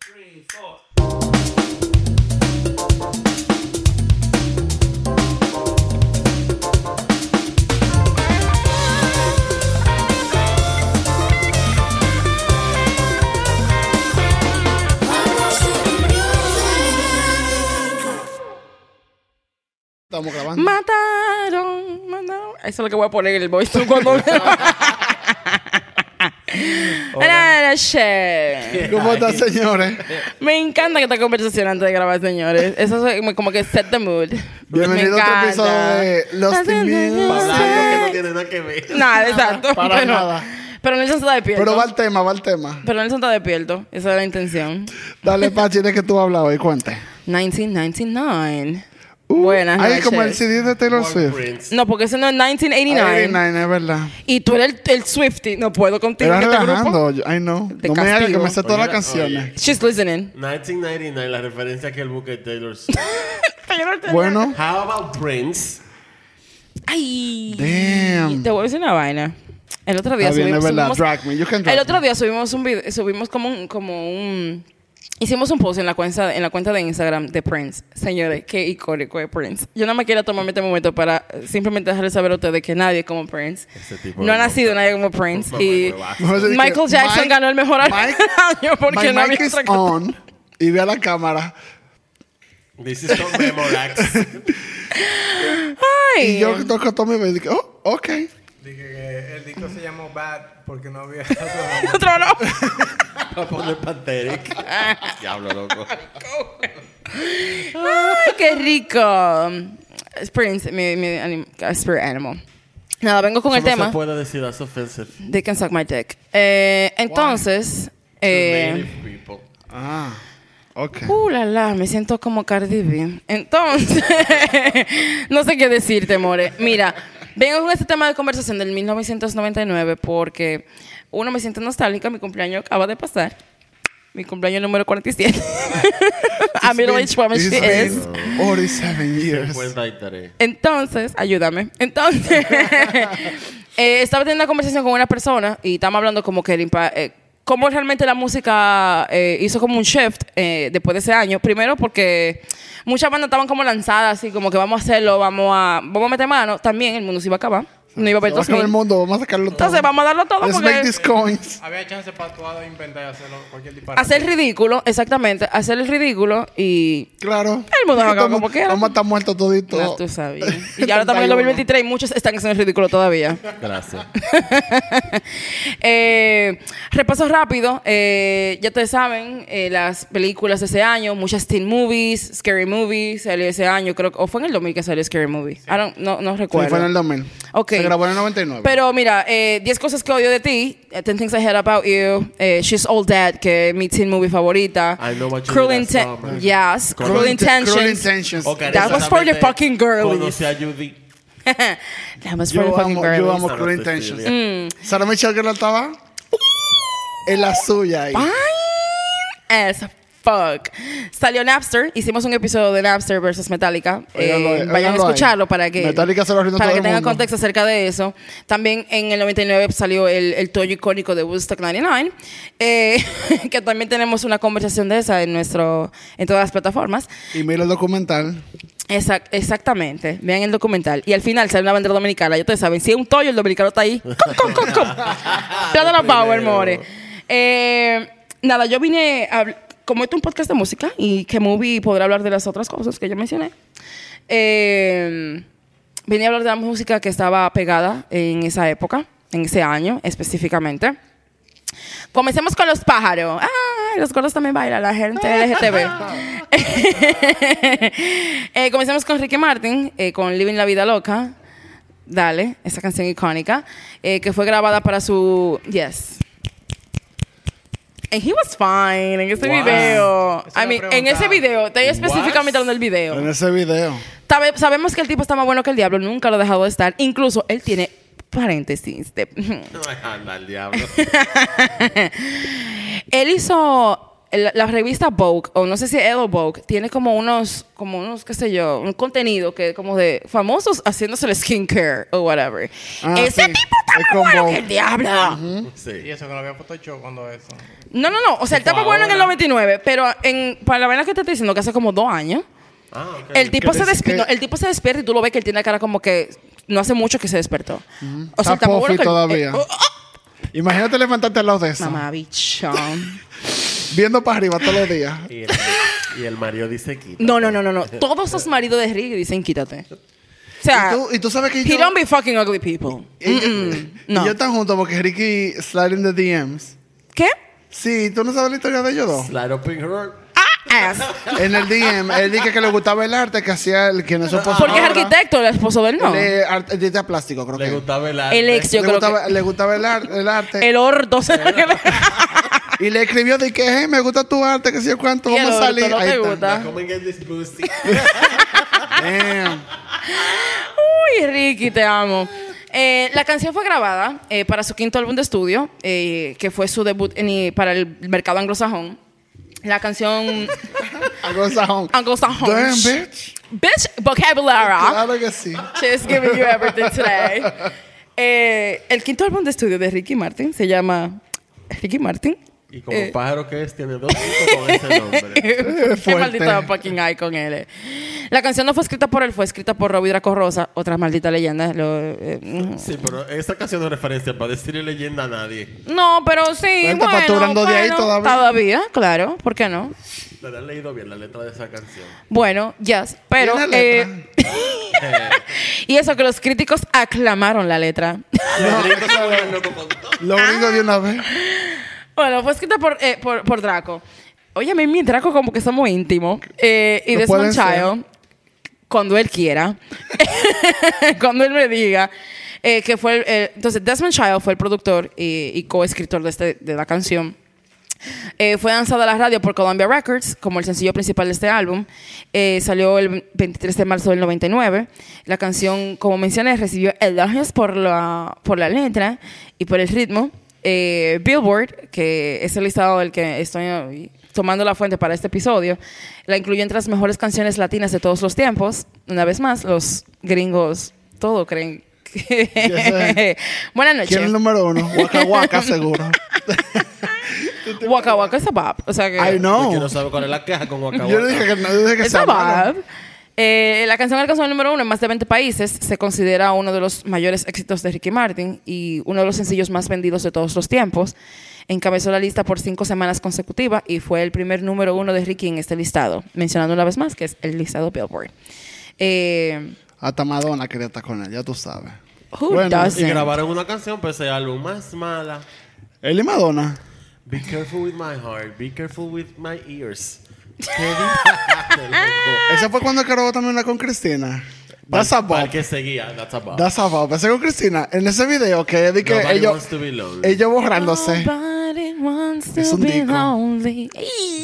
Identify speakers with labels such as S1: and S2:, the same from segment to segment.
S1: three, four.
S2: Estamos grabando.
S3: Mataron, mataron. Eso es lo que voy a poner en el voice to cuando. Hola, Che.
S2: ¿Cómo están, señores?
S3: Me encanta que esta conversación antes de grabar, señores. Eso es como- como que set the mood.
S2: Bienvenido
S3: Me
S2: a otro
S3: encanta.
S2: episodio de Los
S3: Para
S2: Tímidos.
S3: hablar
S4: Algo que no tiene nada que ver.
S3: Nada, exacto.
S2: para
S3: pero,
S2: nada.
S3: Pero Nelson está despierto.
S2: Pero va el tema, va el tema.
S3: Pero Nelson está despierto. Esa era la intención.
S2: Dale, Pachi, de que tú hablas hoy, cuente.
S3: 1999.
S2: Uh,
S3: Buenas
S2: Ahí
S3: noches.
S2: como el CD de Taylor Swift.
S4: Prince.
S3: No, porque ese no es 1989.
S2: 89, es verdad.
S3: Y tú eres el, el Swifty. No puedo contigo.
S2: Era
S3: en este grupo.
S2: relajando. yo- Ay, no.
S3: Te
S2: No me hagas que
S3: castigo.
S2: me sé todas las
S4: Oye,
S2: canciones.
S3: She's listening.
S4: 1999, la referencia que él busca es Taylor Swift.
S2: Bueno,
S4: How about Prince?
S3: Ay.
S2: Damn.
S3: Te voy a decir una vaina. El otro día
S2: Está bien,
S3: subimos,
S2: es verdad.
S3: subimos-
S2: Drag me. You can drag
S3: El otro
S2: me.
S3: día subimos un video, subimos como un, como un hicimos un post en la cuenta en la cuenta de Instagram de Prince. Señores, qué icónico de Prince. Yo no me quiero tomarme este momento para eh, simplemente dejarles saber a ustedes que nadie es como Prince.
S4: Ese tipo
S3: No ha
S4: de
S3: nacido
S4: monta-
S3: nadie como Prince
S4: Mamá
S3: y
S4: huevazo.
S2: Mejor se dice
S3: Michael
S2: que
S3: Jackson
S2: Mike-
S3: ganó el mejor álbum
S2: Mike-
S3: del año porque
S2: My
S3: no
S2: mic
S3: había
S2: is
S3: otra cosa.
S2: on. Y ve a la cámara.
S4: This is called Memorax.
S3: Ay.
S2: Y yo toco a Tommy y me dije, oh, ok.
S5: Dije que el disco se llamó Bad porque no había otro nombre.
S3: Otro no.
S4: Para poner Panteric. Diablo, loco.
S3: Ay, qué rico. Es Prince, mi, mi anim- spirit animal. Nada, vengo con el
S4: Eso No
S3: tema.
S4: se puede decir, that's offensive. to
S3: They can suck my dick. Eh, entonces, eh,
S4: native people.
S2: Ah, ok.
S3: uh, la, la, me siento como Cardi B. Entonces, no sé qué decirte, more. Mira, vengo con este tema de conversación del 1999 porque, uno, me siento nostálgica, mi cumpleaños acaba de pasar. Mi cumpleaños número 47. A middle-aged woman
S2: It's
S3: she
S2: been
S3: is.
S2: 47 years.
S4: 53.
S3: Entonces, ayúdame. Entonces, eh, estaba teniendo una conversación con una persona y estábamos hablando como que el impa- eh, cómo realmente la música eh, hizo como un shift eh, después de ese año. Primero porque muchas bandas estaban como lanzadas así como que vamos a hacerlo, vamos a vamos a meter mano. También el mundo se iba a acabar. No iba a haber
S2: Se va a acabar
S3: 2000.
S2: el mundo, vamos a sacarlo todo.
S3: Entonces, vamos a darlo todo
S2: Let's
S3: porque-
S2: make these coins.
S5: Había chance para todo de inventar y e hacerlo cualquier disparate.
S3: Hacer el ridículo, exactamente, hacer el ridículo y
S2: Claro.
S3: El mundo se va a acabar
S2: Estamos-
S3: como quiera.
S2: Vamos a estar muertos todito.
S3: Ya tú sabías. Y ahora estamos en el 2023 y muchos están haciendo el ridículo todavía.
S4: Gracias.
S3: Eh, repaso rápido. eh, ya ustedes saben, eh, las películas de ese año, muchas teen movies, scary movies, salió ese año, creo que, o fue en el 2000 que salió scary movie. I don't- no, no recuerdo.
S2: Sí, fue en el 2000.
S3: Ok.
S2: Se grabó en el 99.
S3: Pero mira, eh, 10 cosas que odio de ti, eh, 10 things I hate about you, eh, She's All Dead, que es mi teen movie favorita.
S4: I know what you
S3: Cruel
S4: did last
S3: Inten-
S4: summer. Cruel
S3: Yes, Cruel
S2: Cruel Inten-
S3: Intentions.
S2: Cruel Intentions.
S4: Ok,
S3: That was for the
S4: precisamente
S3: fucking girlies.
S4: Conocí a Judy.
S3: That was for the
S2: Yo
S3: fucking Mm.
S2: amo, yo
S3: girlies.
S2: amo
S4: Sarah
S2: Cruel
S4: Cecilia.
S2: Intentions. Sarah Michelle Gellar estaba en la suya
S3: Ah.
S2: ahí.
S3: Fine as fuck. Salió Napster. Hicimos un episodio de Napster versus Metallica.
S2: Óiganlo
S3: Eh,
S2: ahí,
S3: vayan a
S2: óiganlo ahí.
S3: escucharlo para que,
S2: Metallica se lo arruinó
S3: para
S2: todo
S3: que
S2: el
S3: tengan
S2: mundo.
S3: contexto acerca de eso. También en el 99 salió el, el toyo icónico de Woodstock 99, eh, que también tenemos una conversación de esa en, nuestro, en todas las plataformas.
S2: Y mira el documental.
S3: Exact- exactamente. Vean el documental. Y al final sale una bandera dominicana. Ya ustedes saben, si es un toyo, el dominicano está ahí. ¡Cum, cum, cum, cum! Dando la
S4: Lo
S3: power,
S4: primero.
S3: more. Eh, nada, yo vine a... habl- Como esto es un podcast de música y que Movie podrá hablar de las otras cosas que yo mencioné, eh, vine a hablar de la música que estaba pegada en esa época, en ese año específicamente. Comencemos con los pájaros. Ah, los gordos también bailan, la gente LGTB. Eh, comencemos con Ricky Martin, eh, con Living la Vida Loca. Dale, esa canción icónica, eh, que fue grabada para su... Yes. And he was fine en ese
S4: Wow.
S3: video.
S5: Eso
S3: I
S5: le
S3: mean, en ese
S5: preguntaba.
S3: video, estoy específicamente hablando del video.
S2: En ese video.
S3: Sabe- sabemos que el tipo está más bueno que el diablo, nunca lo ha dejado de estar. Incluso él tiene paréntesis. de-
S4: Anda, el diablo.
S3: él hizo el- la revista Vogue, o no sé si Edo Vogue, tiene como unos, como unos, qué sé yo, un contenido que como de famosos haciéndose el skincare o whatever.
S2: Ah,
S3: Ese
S2: sí.
S3: tipo
S2: Es
S3: está más bueno
S2: como-
S3: que el diablo.
S5: Y
S4: Sí.
S5: eso que lo había puesto yo cuando eso.
S3: No, no, no. O sea, él estaba
S4: Tipo
S3: bueno en el
S4: ahora.
S3: 99, pero en, para la vaina que te estoy diciendo que hace como dos años,
S4: Ah, ok.
S3: el tipo,
S2: que
S3: se
S2: des-
S3: despi-
S2: que-
S3: no, el tipo se despierta y tú lo ves que él tiene la cara como que no hace mucho que se despertó. O
S2: Está
S3: sea, está más
S2: puffy
S3: bueno que el-
S2: todavía.
S3: eh, oh, oh,
S2: Imagínate levantarte al lado de eso.
S3: Mamá, bichón.
S2: Viendo para arriba todos los días.
S4: Y el, y el Mario dice quita.
S3: No, no, no, no, no. Todos los maridos de Ricky dicen quítate. O sea,
S2: y, tú, y tú sabes que
S3: he
S2: yo...
S3: don't be fucking ugly people.
S2: y-
S3: Mm-mm.
S2: y
S3: No.
S2: yo están juntos porque Ricky slide in the DMs.
S3: ¿Qué?
S2: Sí, ¿tú no sabes la historia de ellos dos?
S4: Slide up in her.
S3: Ah, ass.
S2: En el DM, él dijo que le gustaba el arte que hacía el que no su esposo
S3: Porque es
S2: ahora.
S3: arquitecto, el esposo de él no.
S2: Le, art- artista plástico, creo
S4: Le
S2: que.
S4: gustaba el arte.
S3: El ex, yo
S2: le,
S3: creo
S2: gustaba,
S3: que.
S2: le gustaba el, ar- el arte.
S3: El orto será que le.
S2: Y le escribió de que, hey, me gusta tu arte, que sé yo cuánto,
S3: Y el
S2: vamos a
S3: orto
S2: salir.
S3: no
S2: Ahí
S3: te
S2: está.
S3: gusta.
S4: Come and get this pussy.
S2: Damn.
S3: Uy, Ricky, te amo. Eh, la canción fue grabada eh, para su quinto álbum de estudio, eh, que fue su debut en, i- para el mercado anglosajón. La canción
S2: Anglosajón.
S3: anglosajón.
S2: Damn, bitch.
S3: Bitch, vocabulary.
S2: Claro que sí.
S3: She's giving you everything today. Eh, el quinto álbum de estudio de Ricky Martin se llama Ricky Martin.
S4: Y como
S3: Eh.
S4: pájaro que es, tiene dos hijos con ese nombre.
S3: Qué
S2: Fuerte.
S3: maldita fucking icon él. La canción no fue escrita por él, fue escrita por Robbie Draco Rosa, otra maldita leyenda. Lo, eh, mm.
S4: Sí, pero esta canción no es referencia para decirle leyenda a nadie.
S3: no, pero sí.
S2: está
S3: bueno,
S2: facturando de ahí
S3: bueno,
S2: todavía.
S3: Todavía, claro, ¿por qué no?
S4: Le han leído bien la letra de esa canción.
S3: Bueno, yes, pero.
S2: Bien la letra.
S4: Eh,
S3: eh, y eso que los críticos aclamaron la letra.
S4: los gringos se vuelven locos con todo.
S2: Lo
S3: Ah.
S2: gringo de una vez.
S3: Bueno, fue escrita por, eh, por, por Draco. Oye, a mí mi Draco como que somos íntimos. Eh, y
S2: No
S3: Desmond
S2: pueden ser.
S3: Child, cuando él quiera, cuando él me diga, eh, que fue... el- el- entonces, Desmond Child fue el productor y, y coescritor de, este, de la canción. Eh, fue lanzada a la radio por Columbia Records como el sencillo principal de este álbum. Eh, salió el 23 de marzo del 99. La canción, como mencioné, recibió elogios por la, por la letra y por el ritmo. Eh, Billboard, que es el listado del que estoy tomando la fuente para este episodio, la incluyó entre las mejores canciones latinas de todos los tiempos. Una vez más, los gringos todo creen que...
S2: sé.
S3: Buenas noches.
S2: ¿Quién es el número uno? Waka Waka, seguro.
S3: Waka Waka es a bop. O sea que...
S2: I
S4: Porque
S2: know.
S4: no sabe cuál es la queja con Waka
S2: Yo le dije que no, yo dije que
S3: Esa
S2: sea malo.
S3: vibe. Eh, la canción alcanzó el número uno en más de 20 países. Se considera uno de los mayores éxitos de Ricky Martin y uno de los sencillos más vendidos de todos los tiempos. Encabezó la lista por cinco semanas consecutivas y fue el primer número uno de Ricky en este listado. Mencionando una vez más que es el listado Billboard. Eh,
S2: Hasta Madonna quería estar con él, ya tú sabes.
S3: Who does-
S4: Y grabaron una canción para ese álbum más mala.
S2: él y Madonna.
S4: Be careful with my heart, be careful with my ears. ¿Qué diablo, loco?
S2: Esa fue cuando grabó también la con Cristina. That's a
S4: Pa'l-
S2: bop.
S4: pa'l que seguía, that's a bop.
S2: That's a bop. Esa con Cristina. En ese video que di que
S4: Nobody
S2: ellos,
S4: wants to be lonely.
S2: ellos borrándose.
S3: Nobody wants to
S2: Es un
S3: be
S2: disco.
S3: lonely.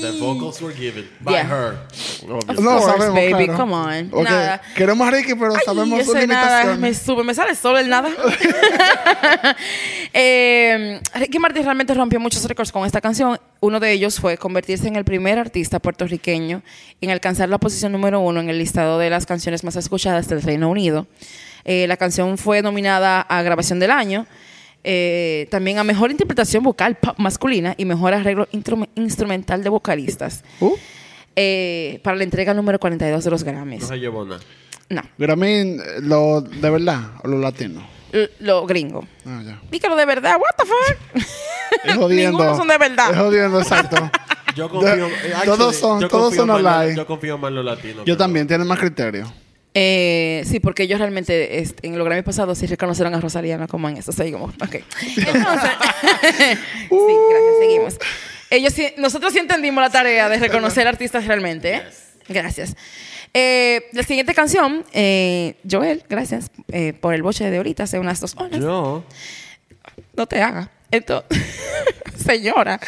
S4: The vocals were given by
S3: Yeah.
S4: her. Obviously.
S2: No
S3: course,
S2: sabemos,
S3: baby,
S2: claro.
S3: come on.
S2: Ok,
S3: Nada.
S2: Queremos a Ricky, pero
S3: Ay,
S2: sabemos
S3: yo
S2: sus
S3: sé nada, me
S2: limitaciones.
S3: sube, me sale solo el nada. eh, Ricky Martin realmente rompió muchos récords con esta canción. Uno de ellos fue convertirse en el primer artista puertorriqueño en alcanzar la posición número uno en el listado de las canciones más escuchadas del Reino Unido. Eh, la canción fue nominada a Grabación del Año. eh, también a mejor interpretación vocal pop masculina y mejor arreglo intrum- instrumental de vocalistas
S2: Uh,
S3: eh, para la entrega número 42 de los
S4: No
S3: Grammys.
S4: se llevó nada.
S3: No,
S2: Grammy, lo de verdad, o lo latino.
S3: l- lo gringo.
S2: Ah, ya.
S3: Dígalo de verdad, what the fuck.
S2: Es jodiendo.
S3: Ninguno son de
S2: Es
S3: verdad.
S2: jodiendo, exacto.
S4: Yo confío,
S2: De-
S4: eh, actually,
S2: todos son-
S4: yo
S2: todos
S4: confío
S2: son
S4: más en lo-
S2: online.
S4: Yo confío más en los latinos.
S2: Yo también, tienen más criterio.
S3: Eh, sí, porque ellos realmente este, en los Grammys pasados sí reconocieron a Rosalía, no como en eso. Así como, ok. Entonces, sí, gracias, seguimos. Ellos sí- nosotros sí entendimos la tarea de reconocer artistas realmente. ¿eh? Gracias. Eh, la siguiente canción, eh, Joel, gracias eh, por el boche de ahorita, hace unas dos horas.
S4: Yo.
S3: no te haga. Entonces, señora,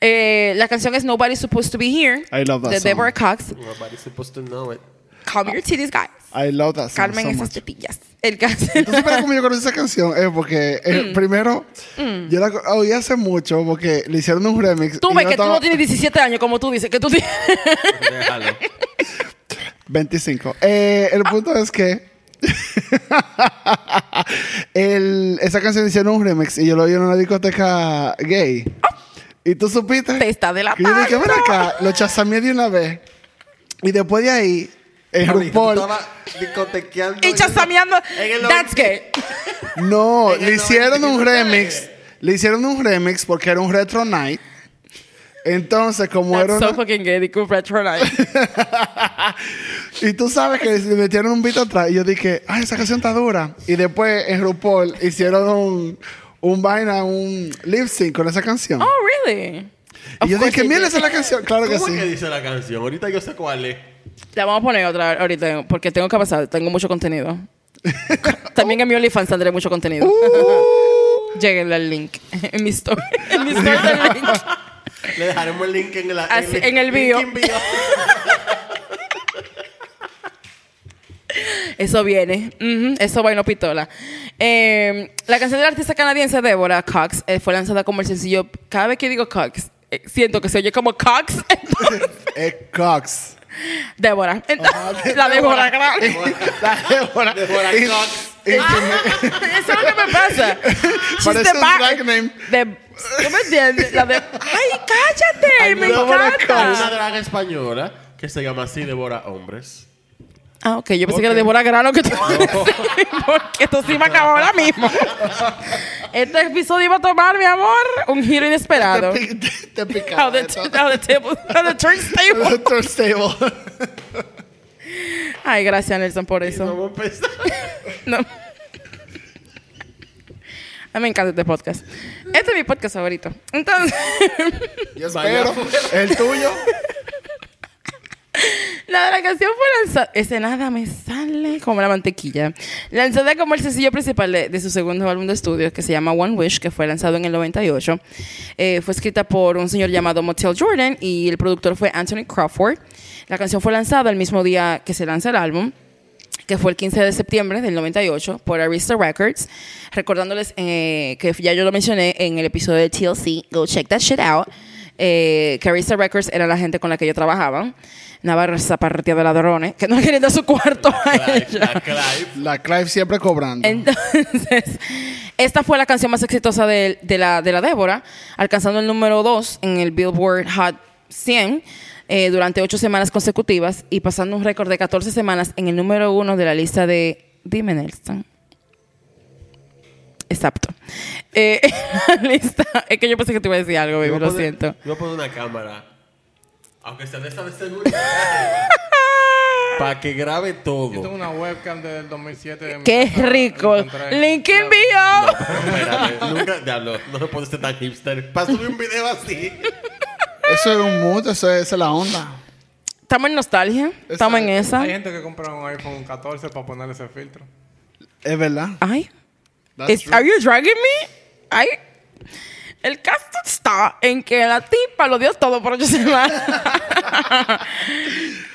S3: eh, la canción es Nobody's Supposed to Be Here
S2: I love that
S3: de
S2: song.
S3: Deborah Cox.
S4: Nobody's supposed to know it.
S3: Calm your titties, guys.
S2: I love that song
S3: Calmen
S2: so
S3: esas
S2: much.
S3: tetillas. El caso.
S2: Entonces, para cómo yo conocí esa canción es porque,
S3: Mm.
S2: eh, primero, yo la co- oí hace mucho porque le hicieron un remix.
S3: Tú
S2: y
S3: ves
S2: yo
S3: que tú
S2: estaba-
S3: no tienes 17 años, como tú dices, que tú tienes.
S4: Déjalo.
S2: 25. Eh,
S3: Ah.
S2: el punto es que. el- esa canción hicieron un remix y yo lo oí en una discoteca gay. Y tú supiste.
S3: Ah. Te está
S2: Que yo dije, ven
S3: delatando.
S2: acá, lo chasameé de una vez. Y después de ahí, en RuPaul.
S4: Estaba discotequeando.
S3: Y chasameando.
S4: En el
S3: That's gay.
S2: No,
S4: En
S2: le
S4: el
S2: hicieron un
S4: 99.
S2: remix. Le hicieron un remix porque era un retro night. Entonces, como era
S3: That's so
S2: una-
S3: fucking gay. Disculpa, retro night.
S2: Y tú sabes que le metieron un beat atrás. Y yo dije, ay, esa canción está dura. Y después en RuPaul hicieron un, un vaina, un lip sync con esa canción.
S3: Oh, really? Of
S2: y yo
S3: course
S2: dije,
S3: they
S2: mira,
S3: did.
S2: esa es la canción. Claro que
S4: ¿Cómo
S2: sí.
S4: es que dice la canción? Ahorita yo sé cuál es.
S3: La vamos a poner otra ahorita porque tengo que pasar. Tengo mucho contenido. También en mi OnlyFans tendré mucho contenido.
S2: Uh,
S3: Lleguen al link. En mi story. En mi story del link.
S4: Le dejaremos el link en, la,
S3: Así, en el
S4: link
S3: bio.
S4: en bio.
S3: Eso viene. Ujú, Eso va y no pitola. Eh, la canción del artista canadiense Deborah Cox eh, fue lanzada como el sencillo. Cada vez que digo Cox, eh, siento que se oye como Cox. Entonces,
S2: Eh, Cox.
S3: Deborah.
S2: Ah,
S3: Entonces, la Deborah grande.
S2: La Débora.
S4: Débora
S2: Y-
S4: Cox.
S2: y-
S3: Ah. Eso es lo que me pasa. She's
S2: Parece
S3: the
S2: un
S3: ba-
S2: drag name.
S3: the- ¿Tú me entiendes? La de. ¡Ay, cállate! ¡Me
S2: Deborah
S4: Hay una
S3: encanta!
S4: drag española que se llama así Débora Hombres.
S3: Ah, ok, yo pensé que era Débora Grano que tú. Porque esto sí me acabó ahora mismo. Este episodio iba a tomar, mi amor, un giro inesperado.
S2: Te, pi- te
S3: How
S2: picaba
S3: the,
S2: de todo.
S3: how the table, how the turnstable.
S2: Doctor Stable.
S3: Ay, gracias, Nelson, por eso.
S4: Vamos a empezar.
S3: No. A mí me encanta este podcast. Este es mi podcast favorito. Entonces.
S2: Yo
S4: Vaya
S2: espero. El tuyo.
S3: La de la canción fue lanzada. Ese nada me sale como la mantequilla. Lanzada como el sencillo principal de, de su segundo álbum de estudio, que se llama One Wish, que fue lanzado en el 98. Eh, fue escrita por un señor llamado Motel Jordan y el productor fue Anthony Crawford. La canción fue lanzada el mismo día que se lanza el álbum que fue el 15 de septiembre del 98 por Arista Records. Recordándoles eh, que ya yo lo mencioné en el episodio de TLC, go check that shit out. eh, que Arista Records era la gente con la que yo trabajaba. Navarra esa partida de ladrones que no le querían dar su cuarto a
S4: Clive,
S3: ella.
S4: la Clive.
S2: La Clive siempre cobrando.
S3: Entonces, esta fue la canción más exitosa de, de la, de la Débora, alcanzando el número 2 en el Billboard Hot 100 eh, durante ocho semanas consecutivas y pasando un récord de 14 semanas en el número 1 de la lista de Dime Nelson. Exacto. Eh, la lista, es que yo pensé que te iba a decir algo, baby,
S4: Yo voy a
S3: lo
S4: poner-
S3: siento.
S4: Yo voy a poner una cámara. Aunque sea de esta vez Para que grabe
S5: Yo tengo
S4: todo.
S5: una webcam desde el 2007. de mi
S3: ¡Qué
S5: casa,
S3: rico!
S5: la encontré.
S3: Link
S5: La-
S3: in bio.
S4: Espérate, nunca te hablo. No lo puedes ser tan hipster. Para subir un video así.
S2: Eso es un mood, eso es, esa es la onda.
S3: Estamos en nostalgia, estamos en esa.
S5: Hay gente que compra un iPhone 14 para ponerle ese filtro.
S2: Es verdad.
S3: Ay,
S2: That's
S3: Es-
S2: true.
S3: are you dragging me? Ay. El caso está en que la tipa lo dio todo por ocho semanas.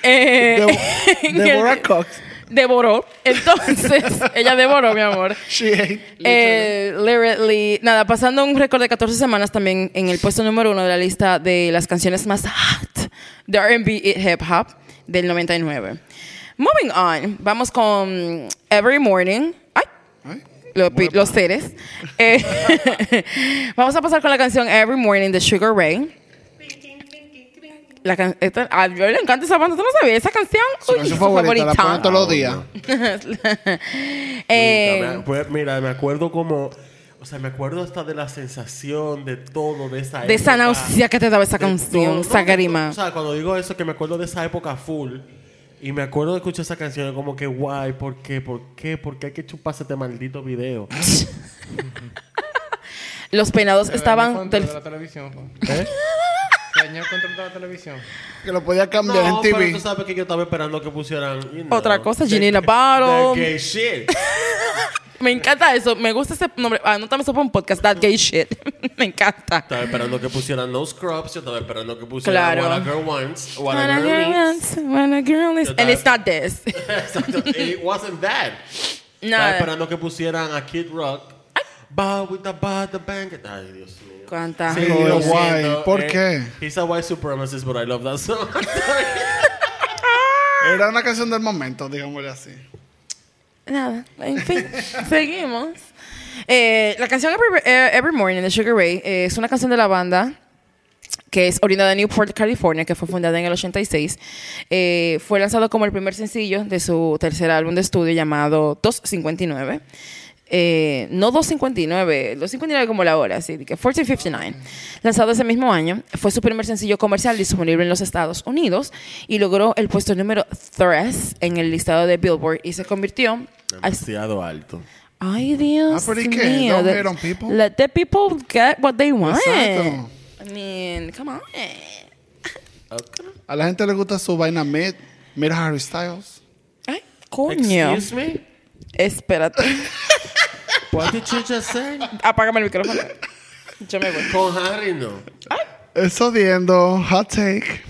S3: Eh,
S2: Debo-
S3: en el-
S2: Deborah Cox.
S3: Devoró. Entonces, ella devoró, mi amor.
S2: She ate.
S3: Eh, literally, nada, pasando un récord de 14 semanas también en el puesto número uno de la lista de las canciones más hot de RB y hip hop del 99. Moving on, vamos con Every Morning. Ay,
S2: Ay,
S3: lo- pi- los seres. Eh, vamos a pasar con la canción Every Morning de Sugar Ray. La can- esta- a yo le encanta esa banda, ¿tú no sabías esa canción?
S2: Su canción favorita, la ponen todos los días.
S3: Eh,
S4: Nunca me- pues, mira, me acuerdo como. O sea, me acuerdo hasta de la sensación de todo, de esa
S3: de esa náusea que te daba esa
S4: de todo.
S3: canción, esa
S4: No,
S3: grima.
S4: O sea, cuando digo eso, que me acuerdo de esa época full. Y me acuerdo de escuchar esa canción y como que guay, ¿por qué? ¿Por qué? ¿Por qué hay que chuparse este maldito video?
S3: Los peinados
S5: Se dañó
S3: estaban
S5: el control
S3: del-
S5: de la televisión.
S4: ¿Eh?
S5: pa. Se dañó el control de la televisión.
S2: Que lo podía cambiar
S4: No,
S2: en TV.
S4: pero tú sabes que yo estaba esperando que pusieran you know,
S3: Otra cosa,
S4: the-
S3: Ginny in a
S4: the
S3: Bottle.
S4: gay shit.
S3: me encanta eso. Me gusta ese nombre. Anótame eso para un podcast. That gay shit. me encanta.
S4: Estaba esperando que pusieran No Scrubs. Yo estaba esperando que pusieran
S3: Claro.
S4: What a Girl Wants. What
S3: When
S4: a
S3: a
S4: Girl
S3: girl
S4: Needs.
S3: is- when a girl is-
S4: Yo
S3: And
S4: estaba-
S3: it's not this.
S4: Exacto. It wasn't that. Estaba
S3: Nada.
S4: esperando que pusieran a Kid Rock. Ba with the ba the bang. Ay, Dios mío.
S3: Cuánta
S2: Sí,
S4: lo
S2: Dios. guay.
S4: siento,
S2: ¿Por
S4: eh,
S2: qué?
S4: He's a white supremacist, but I love that song.
S2: Era una canción del momento, digámosle así.
S3: Nada, en fin, seguimos. Eh, la canción Every, eh, Every Morning de Sugar Ray eh, es una canción de la banda que es originaria de Newport, California, que fue fundada en el 86. Eh, fue lanzado como el primer sencillo de su tercer álbum de estudio llamado 259. Eh, no 259, 259 como la hora, así de que 1459. Lanzado ese mismo año, fue su primer sencillo comercial disponible en los Estados Unidos y logró el puesto número 3 en el listado de Billboard y se convirtió. al-
S4: Demasiado alto.
S3: Ay, Dios.
S2: Ah, pero ¿y qué?
S3: mío,
S2: Don't
S3: the-
S2: hate on people.
S3: Let the people get what they want.
S2: Exacto.
S3: I mean, come on.
S2: A la gente le gusta su vaina mid. Mira Harry Styles.
S3: Ay, coño.
S4: Excuse me.
S3: Espérate.
S4: What did you just say?
S3: Apágame el micrófono. Yo me voy.
S4: Con Harry no.
S2: Eso diendo, hot take.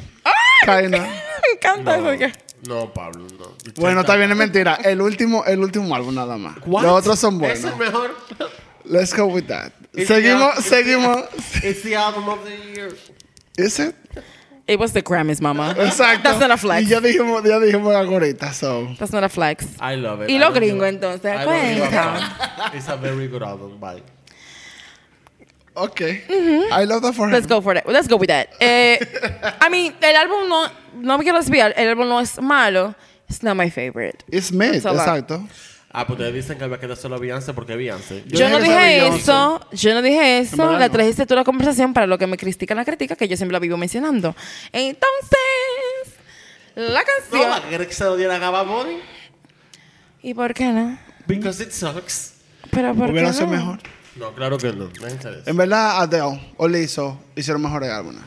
S2: Kaina.
S3: Me encanta
S4: No,
S3: eso. que-
S4: no, Pablo, no.
S2: Bueno, está bien, es mentira. El último, el último álbum nada más.
S4: What?
S2: Los otros son
S4: Es el
S2: buenos.
S4: mejor.
S2: Let's go with that.
S4: It's
S2: seguimos,
S4: the- it's the-
S2: seguimos.
S4: It's the album of the year.
S2: ¿Is it?
S3: It was the Grammys, mama.
S2: Exacto.
S3: That's not a flex.
S2: Y ya dijimos, ya dijimos ahorita, so.
S3: That's not a flex.
S4: I love it.
S3: Y
S4: I
S3: lo
S4: don't give
S3: gringo,
S4: a-
S3: entonces,
S4: I don't give a
S3: cuenta.
S4: fuck. It's a very good album. Bye.
S2: Ok. I love that for
S3: Let's
S2: him.
S3: go for that. Let's go with that. Eh, I mean, el álbum no, no me quiero desviar. El álbum no es malo. It's not my favorite.
S2: It's mid,
S3: That's a lot.
S2: exacto.
S4: Ah, pues ustedes dicen que va a quedar solo Beyoncé porque Beyoncé.
S2: Yo
S3: Yo, no
S2: dije que
S3: dije
S2: Sally
S3: eso, yo no dije eso,
S2: verdad
S3: la
S2: no.
S3: trajiste tú a la conversación para lo que me critican la crítica, que yo siempre la vivo mencionando. Entonces, la
S4: No,
S3: canción.
S4: ¿va a querer que se lo diera a Gaba Mori?
S3: ¿Y por qué no?
S4: Because it sucks.
S3: Pero por
S2: Hubiera
S3: qué
S2: sido
S3: no?
S2: mejor.
S4: No, claro que no. Me interesa.
S2: En verdad, Adele o Lizzo hicieron mejores álbumes.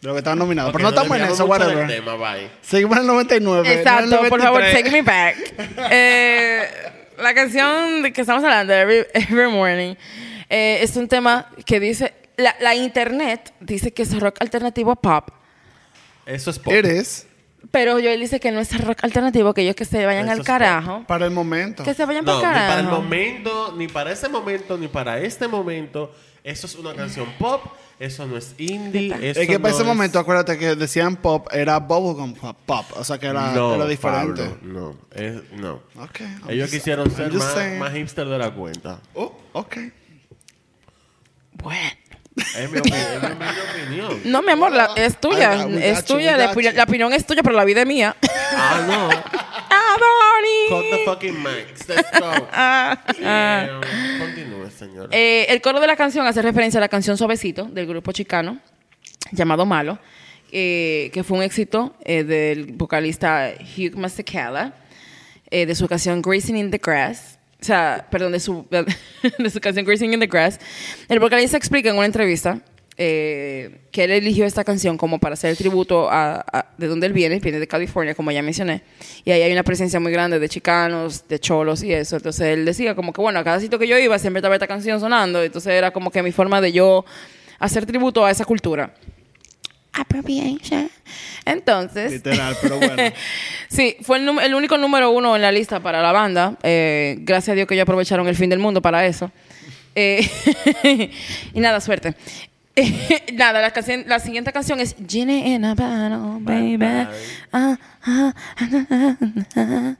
S2: De lo que estaban nominados.
S4: Ok,
S2: Pero no estamos en
S4: desviamos
S2: eso,
S4: mucho del
S2: whatever.
S4: tema, bye.
S2: Seguimos en el 99. no en
S3: Exacto,
S2: el
S3: por favor,
S2: 93.
S3: take me back. Eh, la canción de que estamos hablando, Every, Every Morning, eh, es un tema que dice, la, la internet dice que es rock alternativo pop,
S4: Eso es pop.
S2: Eres
S3: pero Joel dice que no es rock alternativo, que ellos que se vayan
S4: Eso
S3: al
S4: es pop.
S3: carajo.
S2: para el momento.
S3: Que se vayan
S4: No, ni
S3: para el
S4: para el
S3: carajo.
S4: momento, ni para ese momento, ni para este momento. Eso es una canción pop. Eso no es indie. Eso
S2: Es que
S4: no
S2: para ese momento, acuérdate que decían pop, era bubblegum pop, pop. O sea que era,
S4: no,
S2: era diferente.
S4: Pablo, no, es- no.
S2: Ok, I'm
S4: Ellos
S2: just-
S4: quisieron
S2: I'm
S4: ser
S2: just
S4: más,
S2: saying.
S4: más hipster de la cuenta.
S2: Oh, ok.
S3: Bueno.
S4: Es mi, opinión, es mi humilde opinión.
S3: No, mi amor, la- es tuya.
S2: Ah, we
S3: es
S2: got you,
S3: tuya.
S2: we
S3: La,
S2: got
S3: opi-
S2: you.
S3: la opinión es tuya, pero la vida es mía.
S4: Ah, no. Cut the
S3: Adoni.
S4: fucking mics. Let's go. Eh, Continúe, señor.
S3: Ah, Eh, el coro de la canción hace referencia a la canción Suavecito del grupo chicano llamado Malo, eh, que fue un éxito eh, del vocalista Hugh Masekela eh, de su canción Grazing in the Grass. O sea, perdón, de su, de su canción Grazing in the Grass. El vocalista explica en una entrevista eh, que él eligió esta canción como para hacer el tributo a, a- de donde él viene, viene de California, como ya mencioné. Y ahí hay una presencia muy grande de chicanos, de cholos y eso. Entonces él decía como que, bueno, a cada sitio que yo iba siempre estaba esta canción sonando. Entonces era como que mi forma de yo hacer tributo a esa cultura. Appropriation. Entonces.
S2: Literal, pero bueno.
S3: Sí, fue el, num- el único número uno en la lista para la banda. Eh, gracias a Dios que ellos aprovecharon el fin del mundo para eso. Eh, y nada, suerte. Eh, nada, la, canción- la siguiente canción es Ginny in a Bottle, baby. Ah, ah, ah, ah, ah.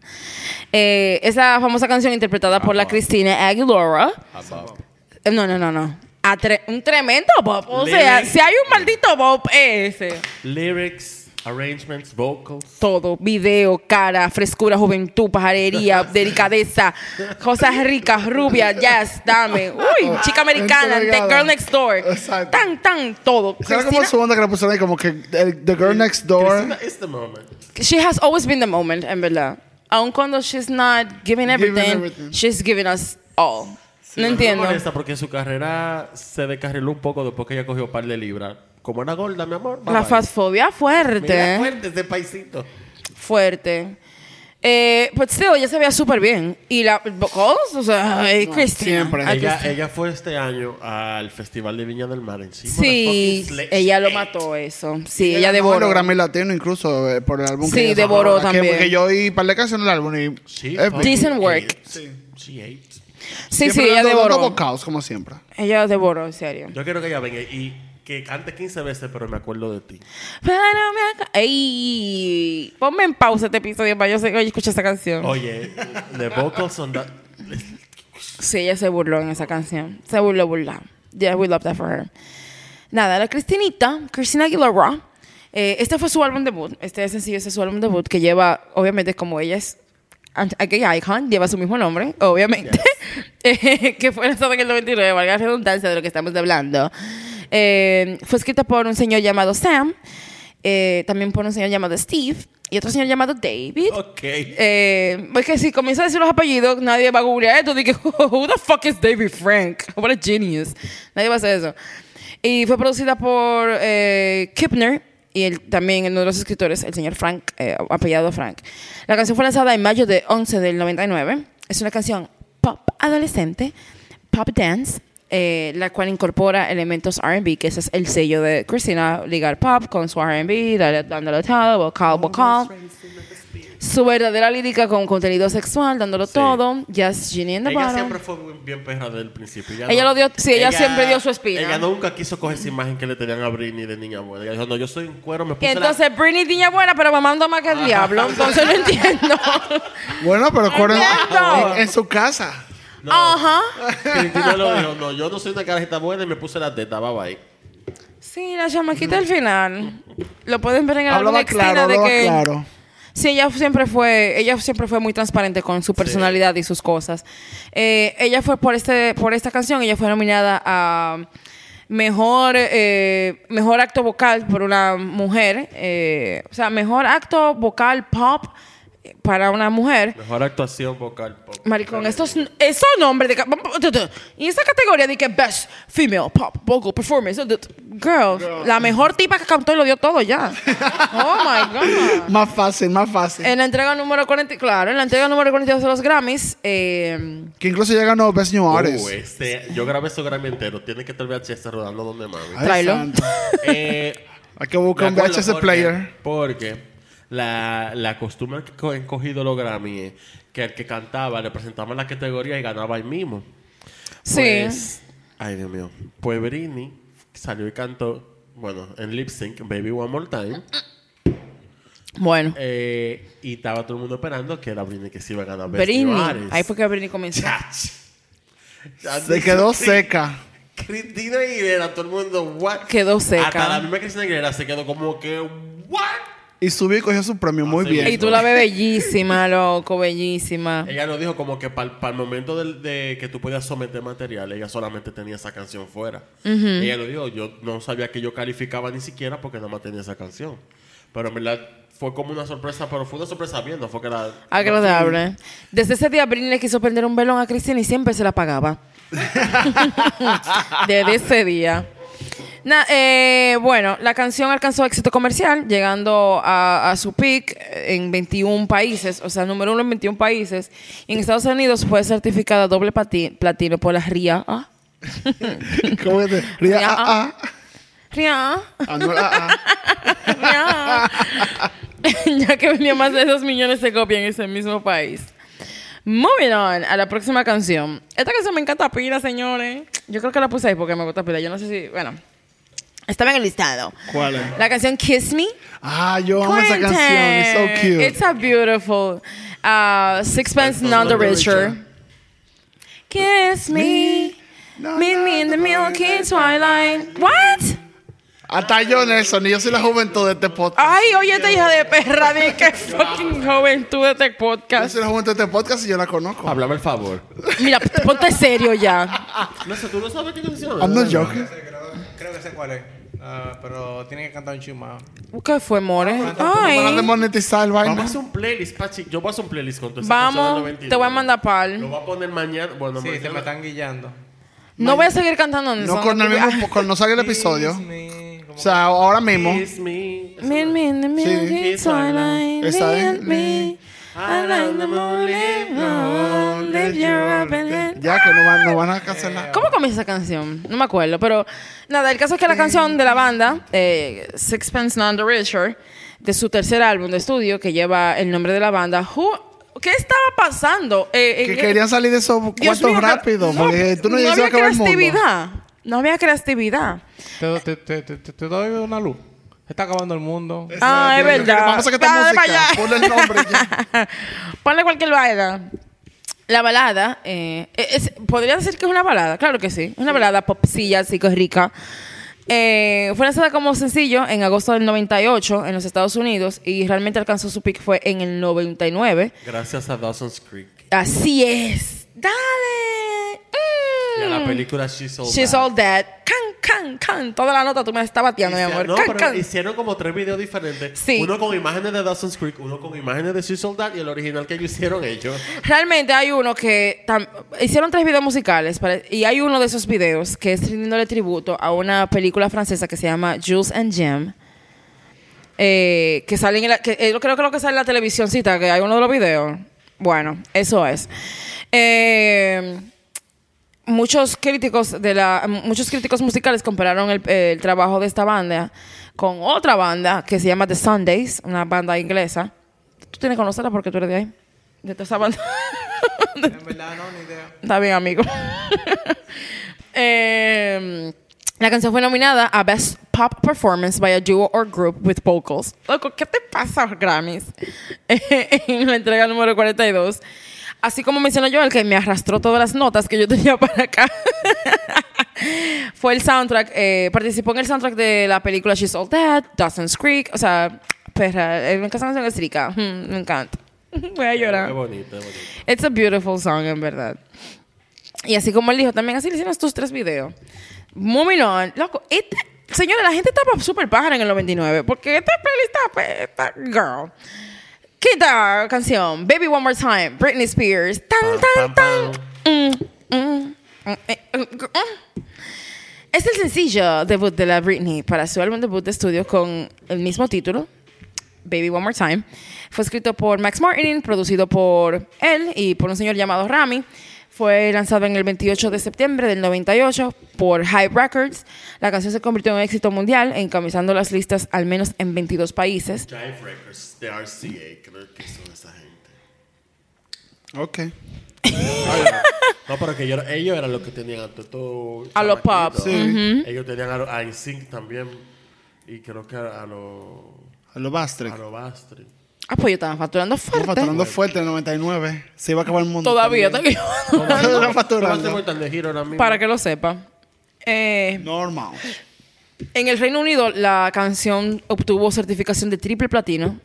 S3: Eh, es la famosa canción interpretada por la Cristina Aguilera.
S4: About.
S3: Eh, No, no, no, no. A tre- un tremendo pop. O sea,
S4: Lyrics.
S3: si hay un maldito pop, es ese.
S4: Lyrics, arrangements, vocals.
S3: todo, video, cara, frescura, juventud, pajarería, delicadeza, cosas ricas, rubias, jazz, dame, uy, chica americana, the
S2: Entregada.
S3: girl next door,
S2: Exacto.
S3: tan, tan, todo.
S2: ¿Sabes cómo
S3: Cristina-
S2: su onda que le pusieron ahí? Como que el- The Girl Next Door.
S4: Christina is the este moment.
S3: she has always been the moment, en verdad. Aun cuando she's not giving everything,
S2: everything.
S3: she's giving us all. no
S4: Me
S3: entiendo.
S4: molesta porque su carrera se descarriló un poco después que ella cogió un par de libras. Como era gorda, mi amor. bye
S3: La
S4: bye.
S3: fastfobia fuerte,
S4: Mira,
S3: eh.
S2: pues.
S4: fuerte ese paisito.
S3: fuerte. Eh, pues still, ella se veía súper bien. Y la vocals, o sea, eh, Cristina.
S2: siempre.
S3: Ay,
S4: Ella,
S3: Cristina.
S4: ella fue este año al Festival de Viña del Mar encima.
S3: Sí,
S4: de fucking Slay.
S3: ella lo mató eso. Sí,
S2: Ella
S3: ella
S2: ganó
S3: devoró.
S2: Los Grammy Latino incluso eh, por el álbum.
S3: Sí,
S2: que ella sacó
S3: devoró
S2: ahora, que-
S3: también.
S2: Que yo oí par de canciones en el álbum y...
S4: Sí,
S2: eh,
S4: fucking
S3: Decent work.
S4: eight. Sí, eight.
S3: Sí, sí,
S2: siempre
S3: ella
S2: dando- dando
S3: devoró.
S2: bocados, como siempre.
S3: Ella devoró, en serio.
S4: Yo quiero que ella venga y que cante 15 veces, pero me acuerdo de ti.
S3: Pero me aca- ¡Ey! Ponme en pausa este episodio para yo se- oye, escuchar esa canción.
S4: Oye, the vocals on that.
S3: Sí, ella se burló en esa canción. Se burló, burló. Yeah, we love that for her. Nada, la Cristinita, Cristina Aguilera. eh, este fue su álbum debut. Este sencillo este es su álbum debut que lleva, obviamente, como ella es ant- a gay icon, lleva su mismo nombre, obviamente. Eh, que fue lanzado en el 99, valga la redundancia de lo que estamos hablando. Eh, fue escrita por un señor llamado Sam, eh, también por un señor llamado Steve y otro señor llamado David.
S4: Ok.
S3: Eh, porque si comienza a decir los apellidos, nadie va a googlear esto. Dije, who the fuck is David Frank? What a genius. Nadie va a hacer eso. Y fue producida por eh, Kipner y él, también uno de los escritores, el señor Frank, eh, apellidado Frank. La canción fue lanzada en mayo de 11 del 99. Es una canción pop adolescente, pop dance, eh, la cual incorpora elementos R&B, que ese es el sello de Christina, ligar pop con su R&B, dale- dándole todo, vocal, vocal su verdadera lírica con contenido sexual, dándolo
S4: Sí.
S3: todo. Just Ginny and the
S4: Ella
S3: bottom.
S4: siempre fue muy bien perra desde el principio.
S3: Ella lo dio- sí, ella siempre dio su espina.
S4: Ella nunca quiso coger esa imagen que le tenían a Britney de niña buena. Ella dijo, no, yo soy un cuero, me
S3: Y
S4: puse
S3: entonces Britney tiña buena, pero mamando más que el diablo. Entonces no entiendo.
S2: Bueno, pero fueron
S3: Entiendo.
S2: en, en su casa.
S4: la... No,
S3: Ajá.
S4: Cristina lo dijo, no, yo no soy una carajita buena y me puse la teta, bye bye.
S3: Sí, la chamaquita al final. Lo pueden ver en el álbum
S2: Hablaba
S3: de
S2: claro,
S3: Cristina de
S2: hablaba
S3: que.
S2: claro.
S3: Sí, ella siempre fue, ella siempre fue muy transparente con su personalidad y sus cosas. Eh, ella fue por este, por esta canción, ella fue nominada a mejor, eh, mejor acto vocal por una mujer, eh, o sea, mejor acto vocal pop para una mujer.
S4: Mejor actuación vocal. pop.
S3: Maricón, estos, esos nombres de... ca- Y esa categoría de que Best Female Pop Vocal Performance. Girl, la mejor tipa que cantó y lo dio todo ya. Oh, my God.
S2: Más fácil, más fácil.
S3: En la entrega número 40, claro, en la entrega número 42 de los Grammys, eh,
S2: que incluso ya ganó Best New Artist.
S4: Uh, este, yo grabé su Grammy entero. Tiene que estar VHS rodando donde mami.
S2: Ay,
S3: tráelo.
S2: santo.
S4: Eh,
S2: Hay que buscar un
S4: me acuerdo
S2: VHS
S4: porque-
S2: player.
S4: Porque la, la costumbre que co- han cogido los Grammy es que el que cantaba le presentaban la categoría y ganaba el mismo.
S3: sí.
S4: Pues, ay, Dios mío. Pues Britney salió y cantó, bueno, en lip sync, Baby One More Time.
S3: Bueno,
S4: eh, y estaba todo el mundo esperando que era Britney que se iba a ganar. Best New
S3: Britney. pues,
S4: Artist.
S3: Ahí fue que Britney comenzó.
S4: Chach.
S2: Se quedó seca.
S4: Cristina Aguilera, todo el mundo, what?
S3: Quedó seca.
S4: Hasta la misma Cristina Aguilera se quedó como que, what?
S2: Y subió y cogió su premio muy
S4: Ah, sí,
S2: bien.
S3: Y tú la ves bellísima, loco, bellísima.
S4: Ella nos dijo como que para el momento del- de, que tú podías someter material, ella solamente tenía esa canción fuera. Ella lo dijo, yo no sabía que yo calificaba ni siquiera porque nada más tenía esa canción. Pero en verdad fue como una sorpresa, pero fue una sorpresa bien, no fue que la...
S3: Agradable. Desde ese día Britney le quiso prender un velón a Cristina y siempre se la pagaba. Desde ese día. Na- eh, bueno, la canción alcanzó éxito comercial, llegando a, a su peak en 21 países, o sea, número uno en 21 países. Y en Estados Unidos fue certificada doble pati- platino por la RIA. ¿Ah?
S2: ¿Cómo que te? Ría,
S3: Ría,
S2: ah, ah.
S3: RIA.
S2: Ah, no, ah, ah.
S3: Ya. ya que venía más de esos millones de copias en ese mismo país. Moving on a la próxima canción. Esta canción me encanta pila, señores. Yo creo que la puse ahí porque me gusta pila. Yo no sé si. Bueno. Estaba en el listado.
S2: ¿Cuál es?
S3: La canción Kiss Me.
S2: Ah, yo amo esa
S3: Quentin.
S2: canción. It's so cute.
S3: It's a beautiful. uh, Sixpence None the Richer. Kiss me.
S2: No,
S3: Meet
S2: no,
S3: me in the
S2: no, no,
S3: milky
S2: no.
S3: twilight. What?
S2: Hasta yo, Nelson. Y yo soy la juventud de este podcast.
S3: Ay, oye, esta hija de perra, de qué fucking juventud de este
S2: Yo
S3: podcast.
S2: soy la juventud de este podcast y yo la conozco.
S4: Háblame el favor.
S3: Mira, ponte serio ya.
S4: No sé, tú no sabes qué canción es,
S2: I'm not
S4: ¿verdad?
S2: joking.
S5: Creo, creo que sé cuál es. Ah, pero tiene que cantar un chumado.
S3: ¿Qué fue, More?
S2: Para de
S3: Ay.
S2: monetizar el
S4: Vamos a
S2: vaina.
S4: hacer un playlist, Pachi. Yo voy a hacer un playlist con tu
S3: Vamos, te voy a mandar
S4: Lo
S3: pal.
S4: voy a poner mañana. Bueno,
S5: Sí, se me
S4: mañana.
S5: están guillando.
S3: No voy a seguir cantando Ah, en
S2: No con el mismo, cuando no salga el episodio. O sea, ahora mismo.
S4: Kiss me.
S3: Me, me, me, me,
S2: Sí.
S3: me,
S4: Esa,
S3: me,
S2: Esa, ¿eh?
S3: me, I like the moonlit road, live your up and down.
S2: Ya que no van, no van a cancelar.
S3: ¿Cómo comienza esa canción? No me acuerdo, pero nada, el caso es que la canción de la banda, eh, Sixpence None the Richer, de su tercer álbum de estudio que lleva el nombre de la banda, who- ¿qué estaba pasando? Eh,
S2: Que
S3: eh,
S2: querían salir de esos
S3: Dios
S2: cuartos
S3: mío, pero-
S2: rápido. porque tú no, ibas a
S3: había
S2: acabar el mundo.
S3: creatividad. No había creatividad.
S1: Te, te- te- te- te- te doy una luz. Se está acabando el mundo.
S3: Ah, es verdad.
S2: Vamos a sacar esta
S3: Dale
S2: música.
S3: para allá.
S2: Ponle el nombre. ya.
S3: Ponle cualquier balada. La balada, eh, es- podría decir que es una balada, claro que sí. Una balada popsilla, así que es rica. Eh, fue lanzada como sencillo en agosto del 98 en los Estados Unidos y realmente alcanzó su pick fue en el 99.
S4: Gracias a Dawson's Creek.
S3: Así es. ¡Dale!
S4: Y a la
S3: Mm.
S4: película She's All
S3: She's
S4: That.
S3: all dead. Can, can, can. Toda la nota tú me la estás bateando, mi
S4: Hicieron-
S3: amor.
S4: no,
S3: can,
S4: pero
S3: can.
S4: hicieron como tres videos diferentes.
S3: Sí.
S4: Uno con imágenes de Dawson's Creek, uno con imágenes de She's All That y el original que ellos hicieron ellos.
S3: Realmente hay uno que tam- hicieron tres videos musicales para- y hay uno de esos videos que es rindiéndole tributo a una película francesa que se llama Jules and Jim. eh, que sale en la, que, eh, creo que lo que sale en la televisioncita, que hay uno de los videos. Bueno, eso es. Eh, muchos críticos de la muchos críticos musicales compararon el, el trabajo de esta banda con otra banda que se llama The Sundays, una banda inglesa. Tú tienes que conocerla porque tú eres de ahí. De toda esa banda.
S5: En verdad, no, ni idea.
S3: Está bien, amigo. Eh, la canción fue nominada a Best Pop Performance by a Duo or Group with Vocals. Loco, ¿qué te pasa, Grammys? en la entrega número 42. Así como mencionó yo, el que me arrastró todas las notas que yo tenía para acá. fue el soundtrack, eh, participó en el soundtrack de la película She's All That, Dawson's Creek, o sea, perra, eh, me encanta la canción es rica, Mm, me encanta. Voy a llorar.
S4: Qué bonito, qué bonito.
S3: It's a beautiful song, en verdad. Y así como él dijo, también así le hicieron estos tres videos. Moving on. Loco, este, señores, la gente estaba súper pájara en el 99. Porque esta peli está... pe- esta- girl. Quinta canción. Baby One More Time. Britney Spears. Tan,
S4: Pam,
S3: tan,
S4: pam,
S3: tan. Mm, mm, mm, eh, mm. Es el sencillo debut de la Britney para su álbum debut de estudio con el mismo título, Baby One More Time. Fue escrito por Max Martin, producido por él y por un señor llamado Rami. Fue lanzado en el 28 de septiembre del 98 por Hype Records. La canción se convirtió en un éxito mundial, encabezando las listas al menos en 22 países.
S4: Jive Records, de RCA, creo que son esa gente.
S2: Ok.
S4: No, pero que yo- ellos eran los que tenían a todo.
S3: A los pop,
S2: Sí.
S4: Ellos tenían a, los- a NSYNC también. Y creo que a los.
S2: Lo Bastric.
S4: A los Bastry.
S3: Ah, pues yo estaba facturando fuerte.
S2: Facturando fuerte en 99. Se iba a acabar el mundo.
S3: Todavía.
S2: también.
S3: tengo-
S2: Estaba
S4: ¿Cómo
S2: facturando.
S4: hacemos tan de giro ahora mismo?
S3: para que lo sepa. Eh,
S2: Normal.
S3: En el Reino Unido, la canción obtuvo certificación de triple platino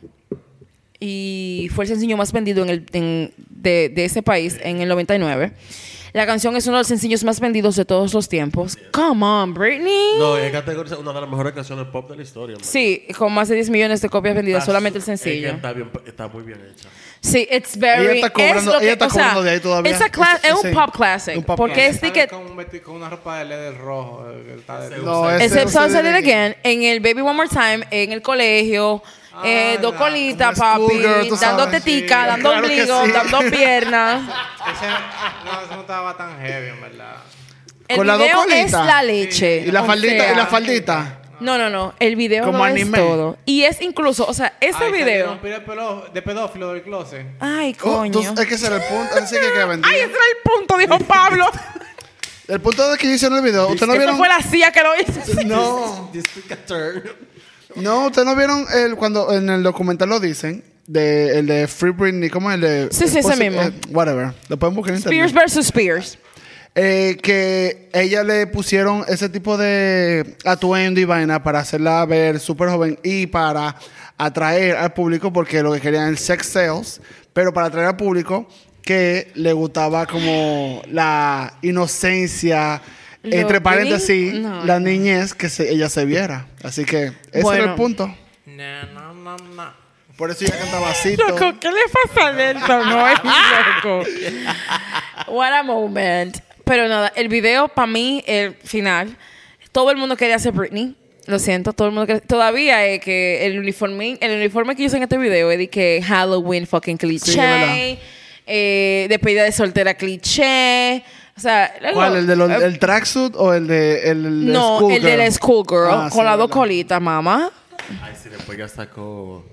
S3: y fue el sencillo más vendido en el, en- de, de ese país en el 99. La canción es uno de los sencillos más vendidos de todos los tiempos. Come on, Britney.
S4: No, es categorizada una de las mejores canciones pop de la historia. man.
S3: Sí, con más de 10 millones de copias vendidas,
S4: Está
S3: solamente el
S4: su- es que
S3: sencillo.
S4: está, bien, está muy bien hecha.
S3: Sí, it's very.
S2: Ella está cobrando-
S3: es lo que-
S2: ella está
S3: o sea,
S2: cobrando de ahí todavía.
S3: it's a cla- es un
S2: Sí.
S3: pop classic.
S2: Un pop
S3: porque
S2: classic.
S3: es de que.
S5: Sale Con, un vesti- con una ropa de LED rojo. eh, que está de-
S2: No, ese
S3: Except
S2: no se
S3: Sunset
S2: debe-
S3: It Again, en el Baby One More Time, en el colegio,
S2: Ah,
S3: eh, dos colitas,
S2: Como
S3: papi,
S2: schoolgirl, tú
S3: dando
S2: sabes.
S3: tetica,
S5: Sí,
S3: dando
S2: claro que
S3: ombligo,
S2: sí.
S3: dando piernas.
S5: Ese, no, ese no estaba tan heavy, en verdad.
S3: El
S2: Con las dos
S3: video es
S2: colitas.
S3: la leche.
S2: Y la
S3: o
S2: faldita,
S3: sea,
S2: y la faldita.
S3: No, no, no. El video
S2: Como
S3: lo
S2: anime.
S3: es todo. Y es incluso, o sea, ese
S5: Ahí
S3: video.
S5: salieron pila de pedó- De pedófilo del closet.
S3: Ay,
S2: Oh,
S3: coño.
S2: entonces, es que ese era el punto. Así que que vendía.
S3: Ay, ese era el punto, dijo Pablo.
S2: El punto de que yo hice en el video. ¿Ustedes no
S3: Eso
S2: vieron?
S3: fue la CIA que lo hizo.
S2: No.
S4: This took a turn.
S2: No, ustedes no vieron el, cuando en el documental lo dicen. De, el de Free Britney, ¿cómo es? El de,
S3: Sí, sí, ese
S2: Posi-
S3: mismo.
S2: eh, whatever. Lo pueden buscar en
S3: Spears
S2: internet.
S3: versus Spears.
S2: Eh, que ella le pusieron ese tipo de atuendo y vaina para hacerla ver súper joven y para atraer al público, porque lo que querían era el sex sales, pero para atraer al público que le gustaba como la inocencia,
S3: Lo
S2: entre
S3: green-
S2: paréntesis,
S3: no,
S2: la
S3: no.
S2: niñez que se- ella se viera. Así que ese era
S3: Bueno.
S2: el punto.
S5: No, no, no, no.
S2: Por eso ya cantaba así.
S3: Loco, ¿qué le pasa a Nelson? No es loco. What a moment. Pero nada, el video para mí, el final, todo el mundo quería ser Britney. Lo siento, todo el mundo que... Todavía es que el uniforme, el uniforme que yo usé en este video es de que Halloween fucking cliché.
S2: Sí, es verdad.
S3: eh, despedida de soltera cliché. O sea...
S2: ¿Cuál? ¿El, de los-
S3: eh,
S2: el tracksuit o el de el, el de
S3: no, el de la schoolgirl.
S2: Ah, sí,
S3: con las dos
S2: ¿verdad?
S3: colitas, mamá.
S4: Ay, sí, después ya sacó.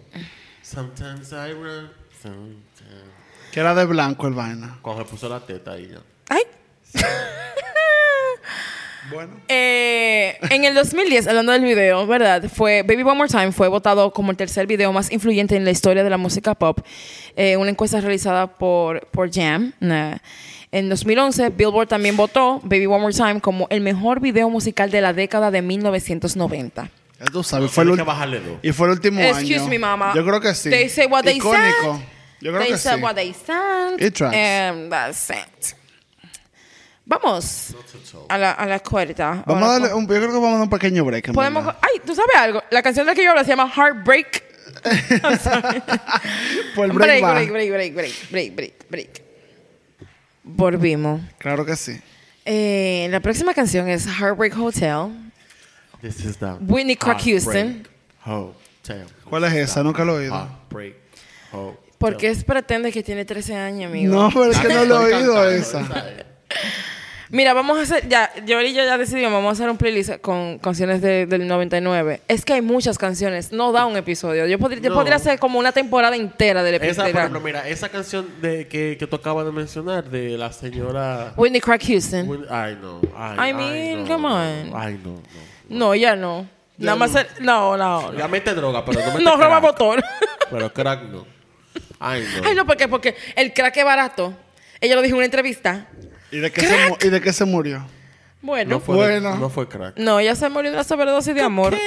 S4: Sometimes I run. sometimes-
S2: Que era de blanco el vaina.
S4: Cuando se puso la teta ahí ya.
S3: Ay.
S2: Bueno.
S3: Eh, en el 2010, hablando del video, ¿verdad? Fue Baby One More Time fue votado como el tercer video más influyente en la historia de la música pop. Eh, una encuesta realizada por, por Jam. nah. En 2011, Billboard también votó Baby One More Time como el mejor video musical de la década de 1990.
S2: Ya tú
S4: Pero
S2: sabes. Fue el
S4: tienes
S2: ulti-
S4: que bajarle dos.
S2: y fue el último año.
S3: Excuse me, mama.
S2: Yo creo que sí.
S3: They said what they
S2: Icónico.
S3: said.
S2: Yo creo
S3: they
S2: que
S3: said
S2: sí.
S3: what they said.
S2: It tracks.
S3: And that's it. Vamos a la, a la cuerda.
S2: Vamos a
S3: Ahora
S2: darle un, yo creo que vamos a dar un pequeño break. en
S3: Podemos.
S2: verdad.
S3: Ay, tú sabes algo. La canción de la que yo hablo se llama Heartbreak. I'm sorry.
S2: Pues el break va.
S3: break, break, break, break, break, break, break. Volvimos.
S2: Claro que sí.
S3: Eh, la próxima canción es Heartbreak Hotel.
S4: This is the
S3: Whitney Clark Houston.
S4: Hotel.
S2: ¿Cuál es esa? Nunca lo he oído.
S4: Heartbreak Hotel.
S3: ¿Por qué es- pretende que tiene 13 años, amigo?
S2: No, pero es que no lo he
S4: Estoy
S2: oído
S4: cantando,
S2: esa.
S4: ¿sabes?
S3: Mira, vamos a hacer. Ya, yo y yo ya decidimos, vamos a hacer un playlist con canciones de- del 99. Es que hay muchas canciones. No da un episodio. Yo podría, yo
S4: No.
S3: podría hacer como una temporada entera del
S4: Esa, por ejemplo,
S3: episodio.
S4: mira, esa canción de, que, que tú acabas de mencionar de la señora.
S3: Whitney Crack Houston.
S4: Whit- Ay, no. Ay,
S3: I
S4: ay,
S3: mean,
S4: no,
S3: come
S4: no,
S3: on.
S4: Ay, no.
S3: No, ya no. Nada más. el- No, no,
S4: no.
S3: no.
S4: Ya mete droga, pero no mete
S3: No roba
S4: crack.
S3: motor.
S4: Pero crack no. Ay, no.
S3: Ay, no, ¿por qué? Porque el crack es barato. Ella lo dijo en una entrevista.
S2: ¿Y de qué, se, mu- y de qué se murió?
S3: Bueno.
S4: No
S3: No,
S4: fue,
S2: Bueno.
S4: no fue crack.
S3: ya se murió de una sobredosis de amor.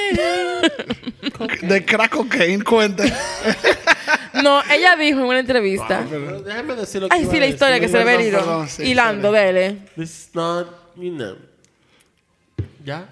S2: De crack cocaine, cuenta.
S3: No, ella dijo en una entrevista.
S4: Pero déjame decir lo que
S3: Ay,
S4: iba
S3: sí,
S4: a
S3: la historia
S4: decir.
S3: que se ve
S2: perdón,
S3: hilo.
S2: perdón, sí,
S3: Hilando, dele.
S4: This is not, you know. ¿Ya?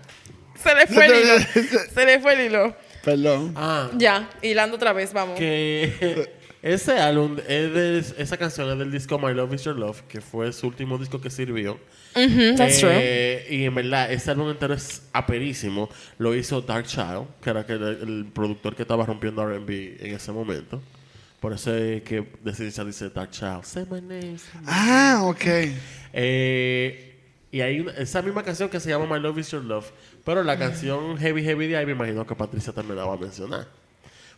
S3: Se le fue el hilo. Se le fue el hilo.
S2: Perdón.
S4: Ah,
S3: Ya, hilando otra vez, vamos.
S4: que ese álbum, es de- esa canción es del disco My Love Is Your Love, que fue su último disco que sirvió.
S3: Mhm, that's true.
S4: Eh, Y en verdad, ese álbum entero es aperísimo. Lo hizo Dark Child, que era que era el productor que estaba rompiendo RB en ese momento. Por eso es que Desidencia dice Dark Child. Say my name. say my name.
S2: Ah, ok.
S4: Eh, y hay una- esa misma canción que se llama My Love Is Your Love. Pero la canción Heavy Heavy de ahí me imagino que Patricia también la va a mencionar.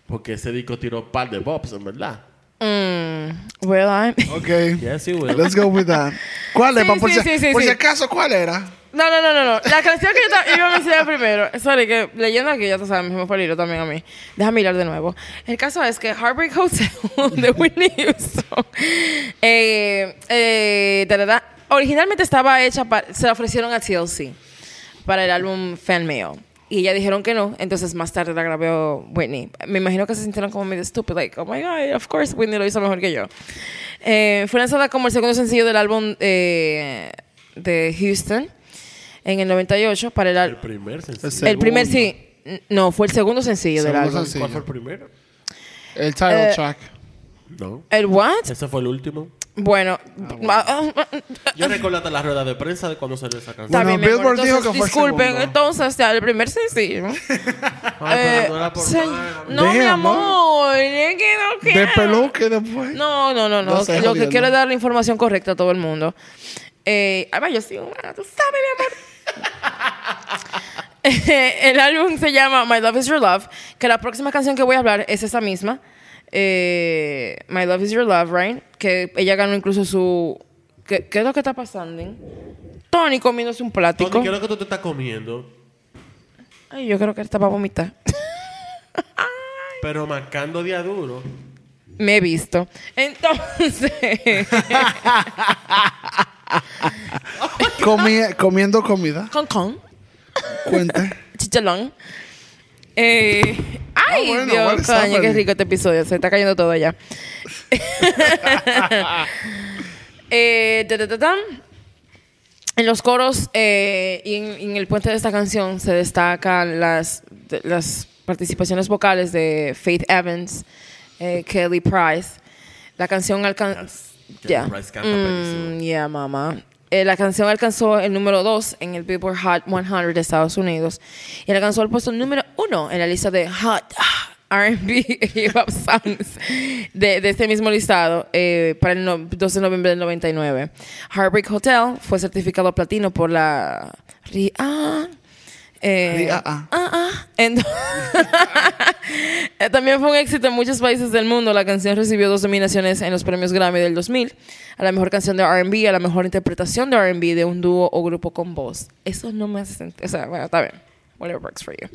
S4: Porque ese disco tiró un par de bops, en verdad.
S3: Mm, well, I'm-
S2: Ok.
S4: Yes, you will.
S2: Let's go with that. ¿Cuál es?
S3: Sí,
S2: Pa- por
S3: sí,
S2: si-
S3: sí, sí,
S2: por si
S3: sí.
S2: acaso, ¿cuál era?
S3: No, no, no, no, no. La canción que yo ta- iba a mencionar primero. Sorry, que leyendo aquí ya tú sabes, mismo fue el hilo también a mí. Déjame hilar de nuevo. El caso es que Heartbreak Hotel de Whitney Houston. eh, eh, de verdad, originalmente estaba hecha para. Se la ofrecieron a TLC para el álbum Fan Mail. Y ella dijeron que no, entonces más tarde la grabó Whitney. Me imagino que se sintieron como medio estúpidos, like, oh my god, of course Whitney lo hizo mejor que yo. Eh, fue lanzada como el segundo sencillo del álbum eh, de Houston en el 98 para el
S4: El
S3: álbum.
S4: primer sencillo.
S2: Ese-
S3: El primer
S2: Segundo.
S3: sí, no, fue el segundo sencillo del
S2: Segundo
S3: álbum.
S2: sencillo.
S4: ¿Cuál fue el primero?
S2: El title
S3: Eh,
S2: track.
S4: No.
S3: ¿El what?
S4: Ese fue el último.
S3: Bueno, ah, ah, ah, ah,
S4: Yo recuerdo hasta la rueda de prensa de cuando salió esa canción.
S3: Está
S2: Bueno,
S3: bien, mi amor.
S2: Billboard dijo
S3: Entonces,
S2: que fue el
S3: disculpen,
S2: segundo.
S3: entonces, ya, el primer sencillo.
S4: Ay, Ah, pero
S3: Eh,
S4: no era por
S3: se-
S4: nada.
S3: no, mi
S2: Damn,
S3: amor, es que no
S2: De
S3: quiero.
S2: peluque después.
S3: No, no, no, no.
S2: No sé,
S3: Lo que
S2: jodiendo.
S3: quiero es dar la información correcta a todo el mundo. Eh, además, yo soy humana, tú sabes, mi amor. Eh, el álbum se llama My Love Is Your Love, que la próxima canción que voy a hablar es esa misma, eh, My Love Is Your Love, right? Que ella ganó incluso su... ¿Qué, qué es lo que está pasando? Tony comiéndose un plático.
S4: Tony, ¿qué es lo que tú te estás comiendo?
S3: Ay, yo creo que él estaba a vomitar.
S4: Pero marcando día duro.
S3: Me he visto. Entonces,
S2: Comi- comiendo comida.
S3: Hong Kong,
S2: Cuente.
S3: chichalón. Eh, ay,
S2: Ah, bueno, what
S3: Dios,
S2: is
S3: coño, qué
S2: happening?
S3: rico este episodio. Se está cayendo todo ya. eh, ta, ta, ta, tam. En los coros eh, y en, y en el puente de esta canción se destacan las, de- las participaciones vocales de Faith Evans, eh, Kelly Price. La canción alcanza.
S4: Yes. Kelly
S3: Ya.
S4: Price canta
S3: Mm,
S4: buenísimo.
S3: yeah, mamá. Eh, la canción alcanzó el número 2 en el Billboard Hot 100 de Estados Unidos y alcanzó el puesto número 1 en la lista de Hot ah, RB Hip Hop Songs de, de este mismo listado eh, para el no- 12 de noviembre del 99. Heartbreak Hotel fue certificado platino por la RIAA. eh,
S2: RIAA.
S3: ah, ah. Ento- Eh, También fue un éxito en muchos países del mundo. La canción recibió dos nominaciones en los premios Grammy del 2000 a la mejor canción de RB, a la mejor interpretación de RB de un dúo o grupo con voz. Eso no me hace sentido. O sea, bueno, está bien. Whatever works for you.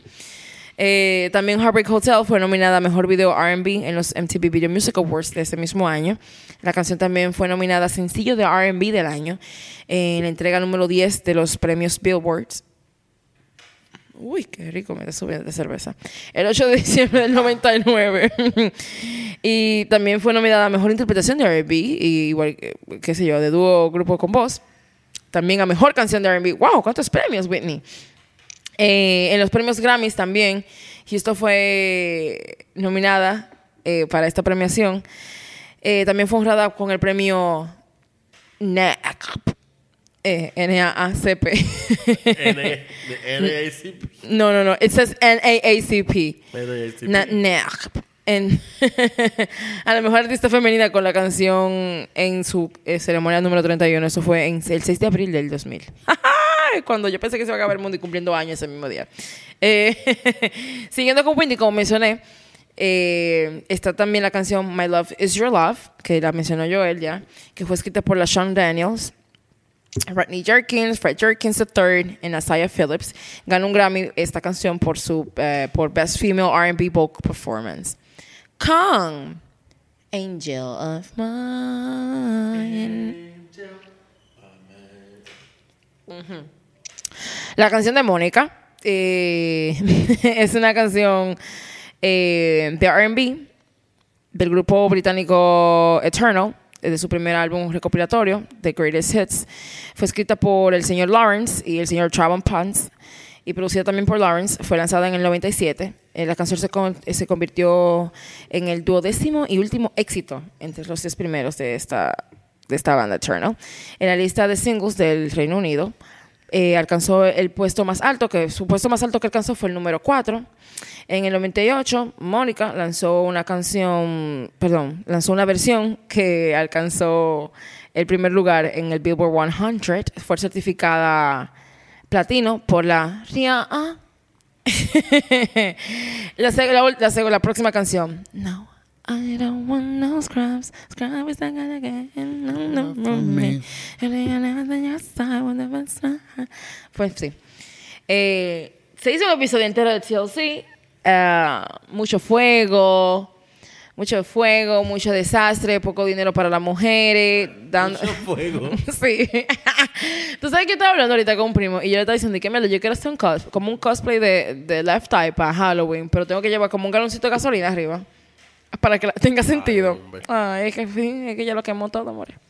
S3: Eh, también Heartbreak Hotel fue nominada a Mejor Video R&B en los MTV Video Music Awards de ese mismo año. La canción también fue nominada a Sencillo de R&B del año en la entrega número 10 de los premios Billboards Uy, qué rico me está subiendo de cerveza. El 8 de diciembre del 99. y también fue nominada a Mejor Interpretación de R&B, y igual, que- qué sé yo, de dúo o grupo con voz. También a Mejor Canción de R&B. ¡Wow! ¿Cuántos premios, Whitney? Eh, en los premios Grammys también, Houston fue nominada eh, para esta premiación. Eh, también fue honrada con el premio NAACP. Eh, NAACP.
S4: N- de NAACP.
S3: No, no, no. It says NAACP.
S4: NAACP.
S3: Na- NAACP. En- a la mejor artista femenina con la canción en su eh, ceremonia número 31. Eso fue en el 6 de abril del 2000. ¡Ay! Cuando yo pensé que se iba a acabar el mundo y cumpliendo años ese mismo día. Eh, siguiendo con Wendy, como mencioné, eh, está también la canción My Love Is Your Love, que la mencionó Joel ya, que fue escrita por la Shawn Daniels. Rodney Jerkins, Fred Jerkins III y Asaya Phillips ganó un Grammy esta canción por su eh, por Best Female R&B Vocal Performance. Kong, Angel of Mine. Ujú. La canción de Mónica eh, es una canción eh, de R&B del grupo británico Eternal, eh, de su primer álbum recopilatorio, The Greatest Hits. Fue escrita por el señor Lawrence y el señor Travon Pants y producida también por Lawrence. Fue lanzada en el 97. Eh, la canción se, con- eh, se convirtió en el duodécimo y último éxito entre los tres primeros de esta, de esta banda Eternal. En la lista de singles del Reino Unido, eh, alcanzó el puesto más alto, que su puesto más alto que alcanzó fue el número 4. En el 98, Mónica lanzó una canción, perdón, lanzó una versión que alcanzó el primer lugar en el Billboard 100. Fue certificada platino por la RIAA. la, seg- la ul- la seg- la próxima canción. No. I don't want no scrubs. Scrubs I gotta get. No, no, no,
S2: me.
S3: pues sí. Eh, se hizo un episodio entero de TLC. ah, mucho fuego. Mucho fuego, mucho desastre, poco dinero para las mujeres. Dando...
S4: Mucho fuego.
S3: Sí. Tú sabes que yo estaba hablando ahorita con un primo y yo le estaba diciendo que, mira, yo quiero hacer un cos como un cosplay de, de Left Eye para Halloween, pero tengo que llevar como un galoncito de gasolina arriba para que la- tenga sentido.
S4: hombre.
S3: Ay, es que, sí, es que ya lo quemó todo, amor.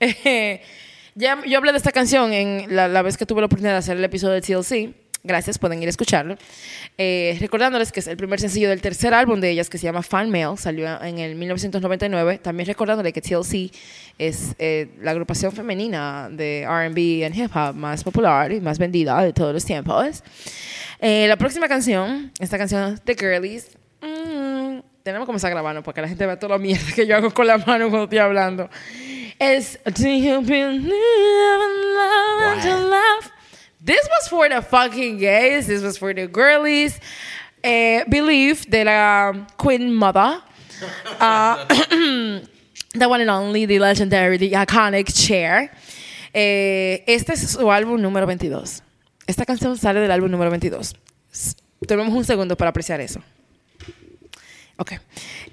S3: Eh, ya, yo hablé de esta canción en la, la vez que tuve la oportunidad de hacer el episodio de TLC. Gracias, pueden ir a escucharlo. Eh, recordándoles que es el primer sencillo del tercer álbum de ellas que se llama Fan Mail, salió en el 1999. También recordándoles que TLC es eh, la agrupación femenina de RB y hip hop más popular y más vendida de todos los tiempos. Eh, la próxima canción, esta canción The Girlies. Mm, tenemos que comenzar grabando porque la gente ve toda la mierda que yo hago con la mano cuando estoy hablando. Es Do you believe in love and your love? This was for the fucking gays. This was for the girlies. Eh, believe de la Queen Mother. Ah, the one and only, the legendary, the iconic Cher. Eh, este es su álbum número 22. Esta canción sale del álbum número 22. S- Tenemos un segundo para apreciar eso. Ok.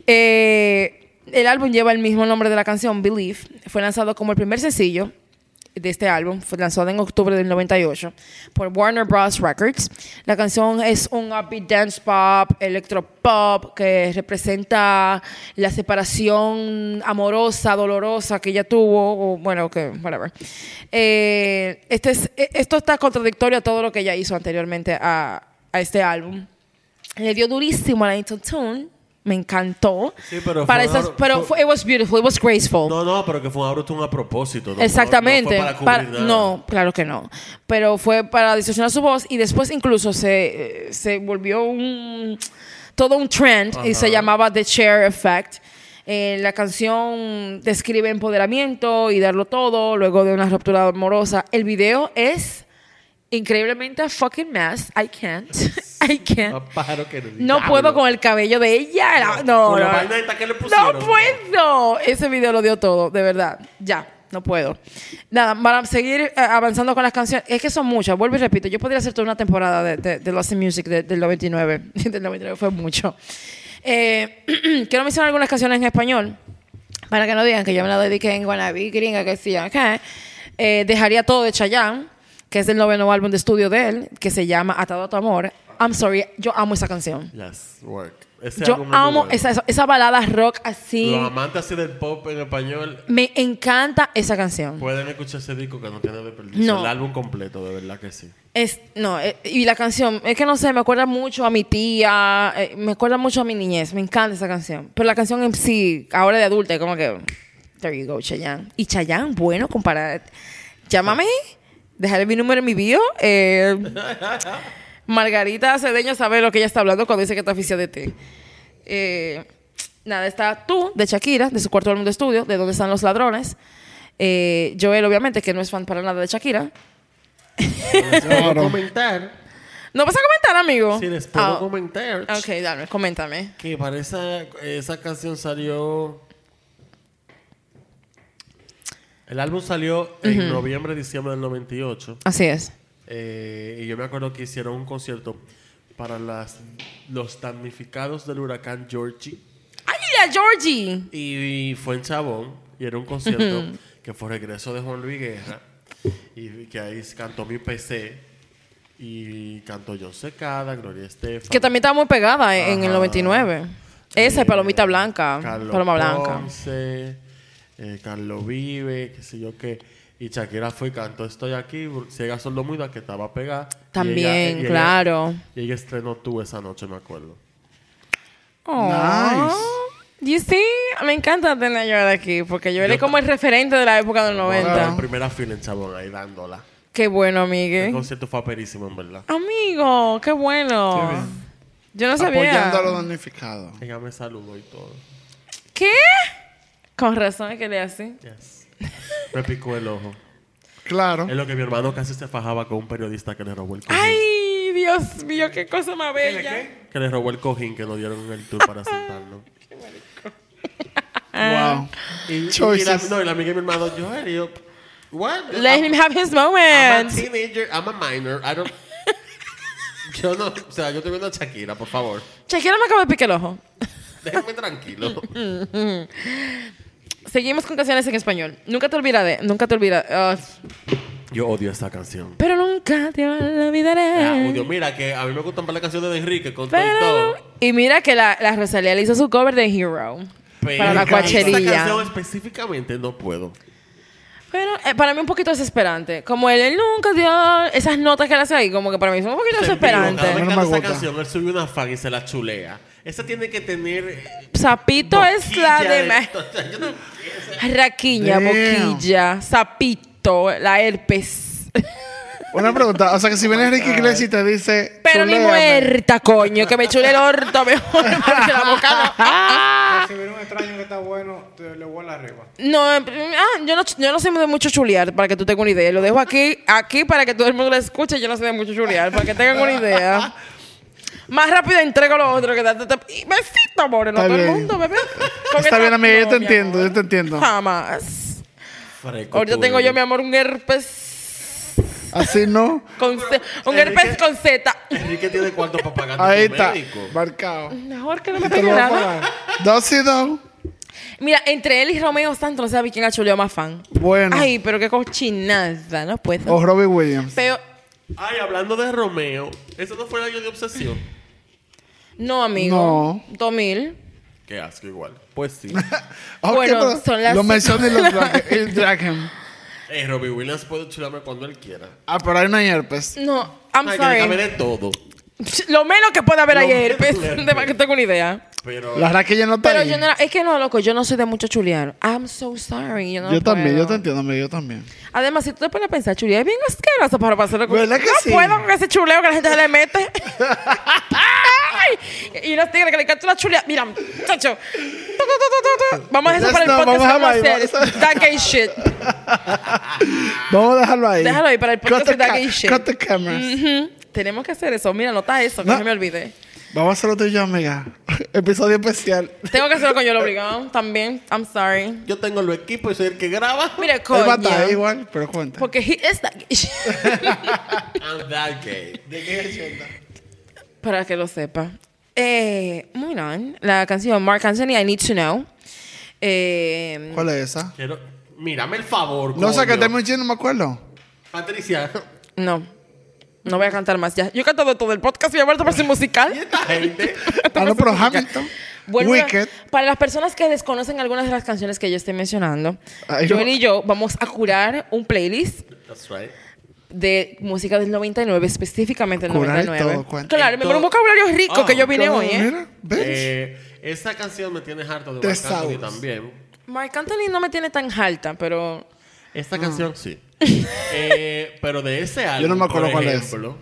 S3: Eh, el álbum lleva el mismo nombre de la canción, Believe. Fue lanzado como el primer sencillo de este álbum. Fue lanzado en octubre del 98 por Warner Bros. Records. La canción es un upbeat dance pop, electropop, que representa la separación amorosa, dolorosa que ella tuvo. o, bueno, que, whatever. Eh, este es- e- esto está contradictorio a todo lo que ella hizo anteriormente a, a este álbum. Le dio durísimo a la Tune me encantó.
S4: Sí, pero
S3: para
S4: fue una-
S3: esas, pero
S4: fue-
S3: fue- it was beautiful, it was graceful.
S4: No, no, pero que fue un Abrotum a propósito. no fue- No,
S3: Exactamente.
S4: fue para cubrir
S3: Para-
S4: nada.
S3: no, claro que no. Pero fue para distorsionar su voz y después incluso se, eh, se volvió un todo un trend y se llamaba The Chair Effect. Eh, la canción describe empoderamiento y darlo todo luego de una ruptura amorosa. El video es increíblemente a fucking mess. I can't. I can't.
S4: A pájaro que el
S3: No
S4: diablo.
S3: puedo con el cabello de ella. Era- No,
S4: Con la
S3: no.
S4: vaina esta que le
S3: no
S4: pusieron.
S3: puedo. Ese video lo dio todo, de verdad. Ya, no puedo. Nada, para seguir eh, avanzando con las canciones. Es que son muchas. Vuelvo y repito. Yo podría hacer toda una temporada de, de, de Lost in Music de- del 99. del 99 fue mucho. Eh, quiero mencionar algunas canciones en español. Para que no digan que yo me la dediqué en Guanabí, gringa, que sí, acá. Eh, dejaría todo de Chayanne, que es el noveno álbum de estudio de él, que se llama Atado a tu amor. I'm sorry, yo amo esa canción.
S4: Yes, work. Ese
S3: Yo
S4: álbum es muy
S3: amo
S4: bueno.
S3: esa, esa- esa balada rock así.
S4: Los amantes así del pop en español
S3: Me encanta esa canción.
S4: pueden escuchar ese disco que no tiene desperdicio.
S3: No.
S4: El álbum completo, de verdad que sí.
S3: Es, no, eh, y la canción, es que no sé, me acuerda mucho a mi tía, eh, me acuerda mucho a mi niñez, me encanta esa canción. Pero la canción en sí, ahora de adulta, es como que, there you go, Chayanne. Y Chayanne, bueno, comparar, llámame, dejaré mi número en mi bio. eh, Margarita Cedeño sabe lo que ella está hablando cuando dice que está oficial de ti. Eh, nada, está tú, de Shakira, de su cuarto álbum de estudio, de dónde están los ladrones. Eh, Joel, obviamente, que no es fan para nada de Shakira.
S2: Claro.
S4: comentar.
S3: ¿No vas a comentar, amigo?
S4: Si les puedo
S3: Ah,
S4: comentar.
S3: Ok, dame, coméntame.
S4: Que para esa, esa canción salió. El álbum salió en noviembre, diciembre del 98.
S3: Así es.
S4: Eh, y yo me acuerdo que hicieron un concierto para las, los damnificados del huracán Georgie.
S3: ¡Ay, a Georgie!
S4: Y, fue en Chabón. Y era un concierto que fue regreso de Juan Luis Guerra. Y que ahí cantó mi PC. Y cantó John Secada, Gloria Estefan.
S3: Que también estaba muy pegada en el
S4: Ajá.
S3: 99. Esa es
S4: Eh,
S3: Palomita Blanca.
S4: Carlos
S3: Paloma Blanca.
S4: Ponce, eh, Carlos Vive, qué sé yo qué. Y Shakira fue y cantó Estoy aquí, Ciega Sol Muda, que estaba pegada. Y
S3: También,
S4: ella- y ella-
S3: claro.
S4: y ella estrenó tú esa noche, me acuerdo.
S3: Aw. You see, me encanta tener a Joel aquí porque Joel es como el referente de la época del
S4: Estaba En
S3: 90.
S4: primera fila en Chabón, ahí dándola.
S3: Qué bueno,
S4: El
S3: amigo.
S4: concierto fue aperísimo, en verdad.
S3: Amigo, qué bueno. Yo no sabía.
S2: Apoyando a los damnificados.
S4: Ella me saludó y todo.
S3: ¿Qué? Con razón es que le así.
S4: Yes. Me picó el ojo.
S2: Claro.
S4: Es lo que mi hermano casi se fajaba con un periodista que le robó el cojín.
S3: Ay, Dios mío, qué cosa más bella.
S4: Que le robó el cojín que nos dieron en el tour para sentarnos.
S3: Eh.
S2: Wow.
S4: Y, y la,
S2: Choices.
S4: no, y la amiga de mi hermano, Joel, y yo, what?
S3: Let him
S4: I'm,
S3: have his
S4: I'm a
S3: moment.
S4: teenager, I'm a minor, I don't... yo no, o sea, yo estoy viendo a Shakira, por favor.
S3: Shakira me acaba de picar el ojo.
S4: Déjenme tranquilo.
S3: Seguimos con canciones en español. Nunca te olvidaré, nunca te olvidaré. Ah,
S4: yo odio esta canción.
S3: pero nunca te
S4: Ah,
S3: olvidaré.
S4: odio, mira, que a mí me gustan para las canciones de Enrique, con todo y
S3: Eh. Pero...
S4: todo.
S3: Y mira que la, la Rosalía le hizo su cover de Hero.
S4: Pero
S3: Para la
S4: con Esta
S3: cuachería.
S4: canción específicamente no puedo.
S3: Pero eh, para mí un poquito desesperante. Como él, él nunca dio esas notas que él hace ahí, como que para mí son un poquito
S4: Cada vez
S3: desesperantes.
S4: que
S2: No me
S4: canta esa
S2: gusta.
S4: canción, él subió una fan y se la chulea. Esa tiene que tener... eh,
S3: Sapito es la
S4: boquilla
S3: de...
S4: de- Yo no-
S3: Raquiña,
S2: Damn.
S3: boquilla, sapito, la herpes.
S2: Una pregunta. O sea, que si viene Ricky Iglesias y te dice.
S3: Pero ni
S2: "Chuléame",
S3: muerta, coño, que me chule el orto mejor porque la boca no. Ah.
S5: Si viene un extraño que está bueno, te lo vuela arriba.
S3: No, em, ah, yo no, yo no sé de mucho chulear para que tú tengas una idea. Lo dejo aquí, aquí para que todo el mundo lo escuche. Yo no sé de mucho chulear para que tengan una idea. Más rápido entrego lo otro que da- da- da- y besito, amor, no
S2: Está
S3: todo el
S2: bien.
S3: mundo, bebé. Con
S2: Está
S3: esta-
S2: bien, amiga, yo
S3: No,
S2: te
S3: mi
S2: entiendo,
S3: amor,
S2: yo te entiendo.
S3: Jamás.
S4: Freco
S3: Ahorita
S4: tú
S3: tengo yo,
S4: eres.
S3: mi amor, un herpes.
S2: Así no.
S3: Con ce- un
S4: Enrique-
S3: herpes con Z.
S4: Enrique tiene cuarto para pagar
S2: Ahí
S4: tu
S2: está.
S4: médico.
S2: Marcado.
S3: Mejor que no me
S2: Te
S3: pegue
S2: lo voy a
S3: nada.
S2: pagar. Dos y dos.
S3: Mira, entre él y Romeo Santos, no sabes quién ha chuleado más fan.
S2: Bueno. Oh.
S3: Ay, pero qué cochinada, no puedo.
S2: O Robbie Williams.
S3: Pero,
S4: Ay, hablando de Romeo, eso no fue el año de obsesión.
S3: no, amigo.
S2: No.
S3: 2000.
S4: Qué asco igual. Pues sí.
S2: Ok,
S3: Bueno,
S2: pero
S3: son las-
S2: Los mencioné y los drag- y Dragon.
S4: Eh, Robbie Williams puede chularme cuando él quiera.
S2: Ah, pero hay una herpes.
S3: No,
S4: Ay,
S3: I'm
S4: que le cabe
S3: sorry.
S4: de todo.
S3: Lo menos que puede haber
S4: Lo
S3: ayer,
S4: menos
S3: pues,
S4: que puede
S3: de para
S4: haber.
S3: que tenga una idea.
S4: Pero
S2: La verdad que ella no está
S3: Pero
S2: ahí.
S3: yo no era- es que no, loco, yo no soy de mucho chulear. I'm so sorry. Yo, no
S2: Yo también,
S3: puedo.
S2: yo te entiendo, amigo, yo también.
S3: Además, si tú te pones a pensar, chulear es bien asqueroso para pasarlo con
S2: ¿Verdad que
S3: No
S2: sí?
S3: puedo con ese chuleo que la gente se le mete. Ay, y unos tigres que le encantan la chulea. Mira, muchacho. Tu, tu, tu, tu, tu. Vamos a eso
S2: Ya
S3: para el
S2: está,
S3: podcast.
S2: vamos a
S3: Vamos a hacer
S2: bailar.
S3: that gay shit.
S2: Vamos a dejarlo ahí.
S3: Déjalo ahí para el podcast
S2: Cut the
S3: de That
S2: ca-
S3: Gay Shit. Mm.
S2: Cut the cameras.
S3: Ujú. Tenemos que hacer eso. Mira, nota eso, que
S2: No.
S3: no me olvide.
S2: Vamos a hacerlo tú y yo, amiga. Episodio especial.
S3: Tengo que hacerlo con yo lo obligado también. I'm sorry.
S4: yo tengo los equipos y soy el que graba.
S3: Mira,
S2: Él va a estar ahí
S3: coño.
S2: igual, pero cuenta.
S3: Porque he is that gay shit.
S4: I'm that gay.
S3: Para que lo sepa. Eh, muy on. La canción Mark Anthony, I Need to Know. Eh,
S2: ¿Cuál es esa?
S4: Quiero... Mírame el favor.
S2: No sé,
S4: coño.
S2: que tengo un chino, no me acuerdo.
S4: Patricia.
S3: no. No voy a cantar más ya. Yo he cantado todo el podcast y Alberto parece
S4: ¿Y
S3: musical.
S4: esta gente?
S2: Ah, no, pero Hamilton.
S3: Vuelvo a-
S2: Wicked.
S3: para las personas que desconocen algunas de las canciones que yo estoy mencionando,
S2: Ay, no.
S3: Joel y yo vamos a curar un playlist
S4: That's right.
S3: de música del 99, específicamente el
S2: Curar
S3: 99.
S2: todo, cuenta.
S3: claro, me
S4: Todo.
S3: un vocabulario rico
S4: Ah,
S3: que yo vine hoy, ¿eh?
S2: Mira, ¿ves?
S4: Eh, esa canción me tiene harto de
S2: Tres
S4: Marc Anthony
S2: hours.
S4: también.
S3: Mark Anthony no me tiene tan alta, pero
S4: Esta canción sí. Eh, pero de ese álbum.
S2: Mm, no me acuerdo
S4: por
S2: cuál es.
S4: ejemplo,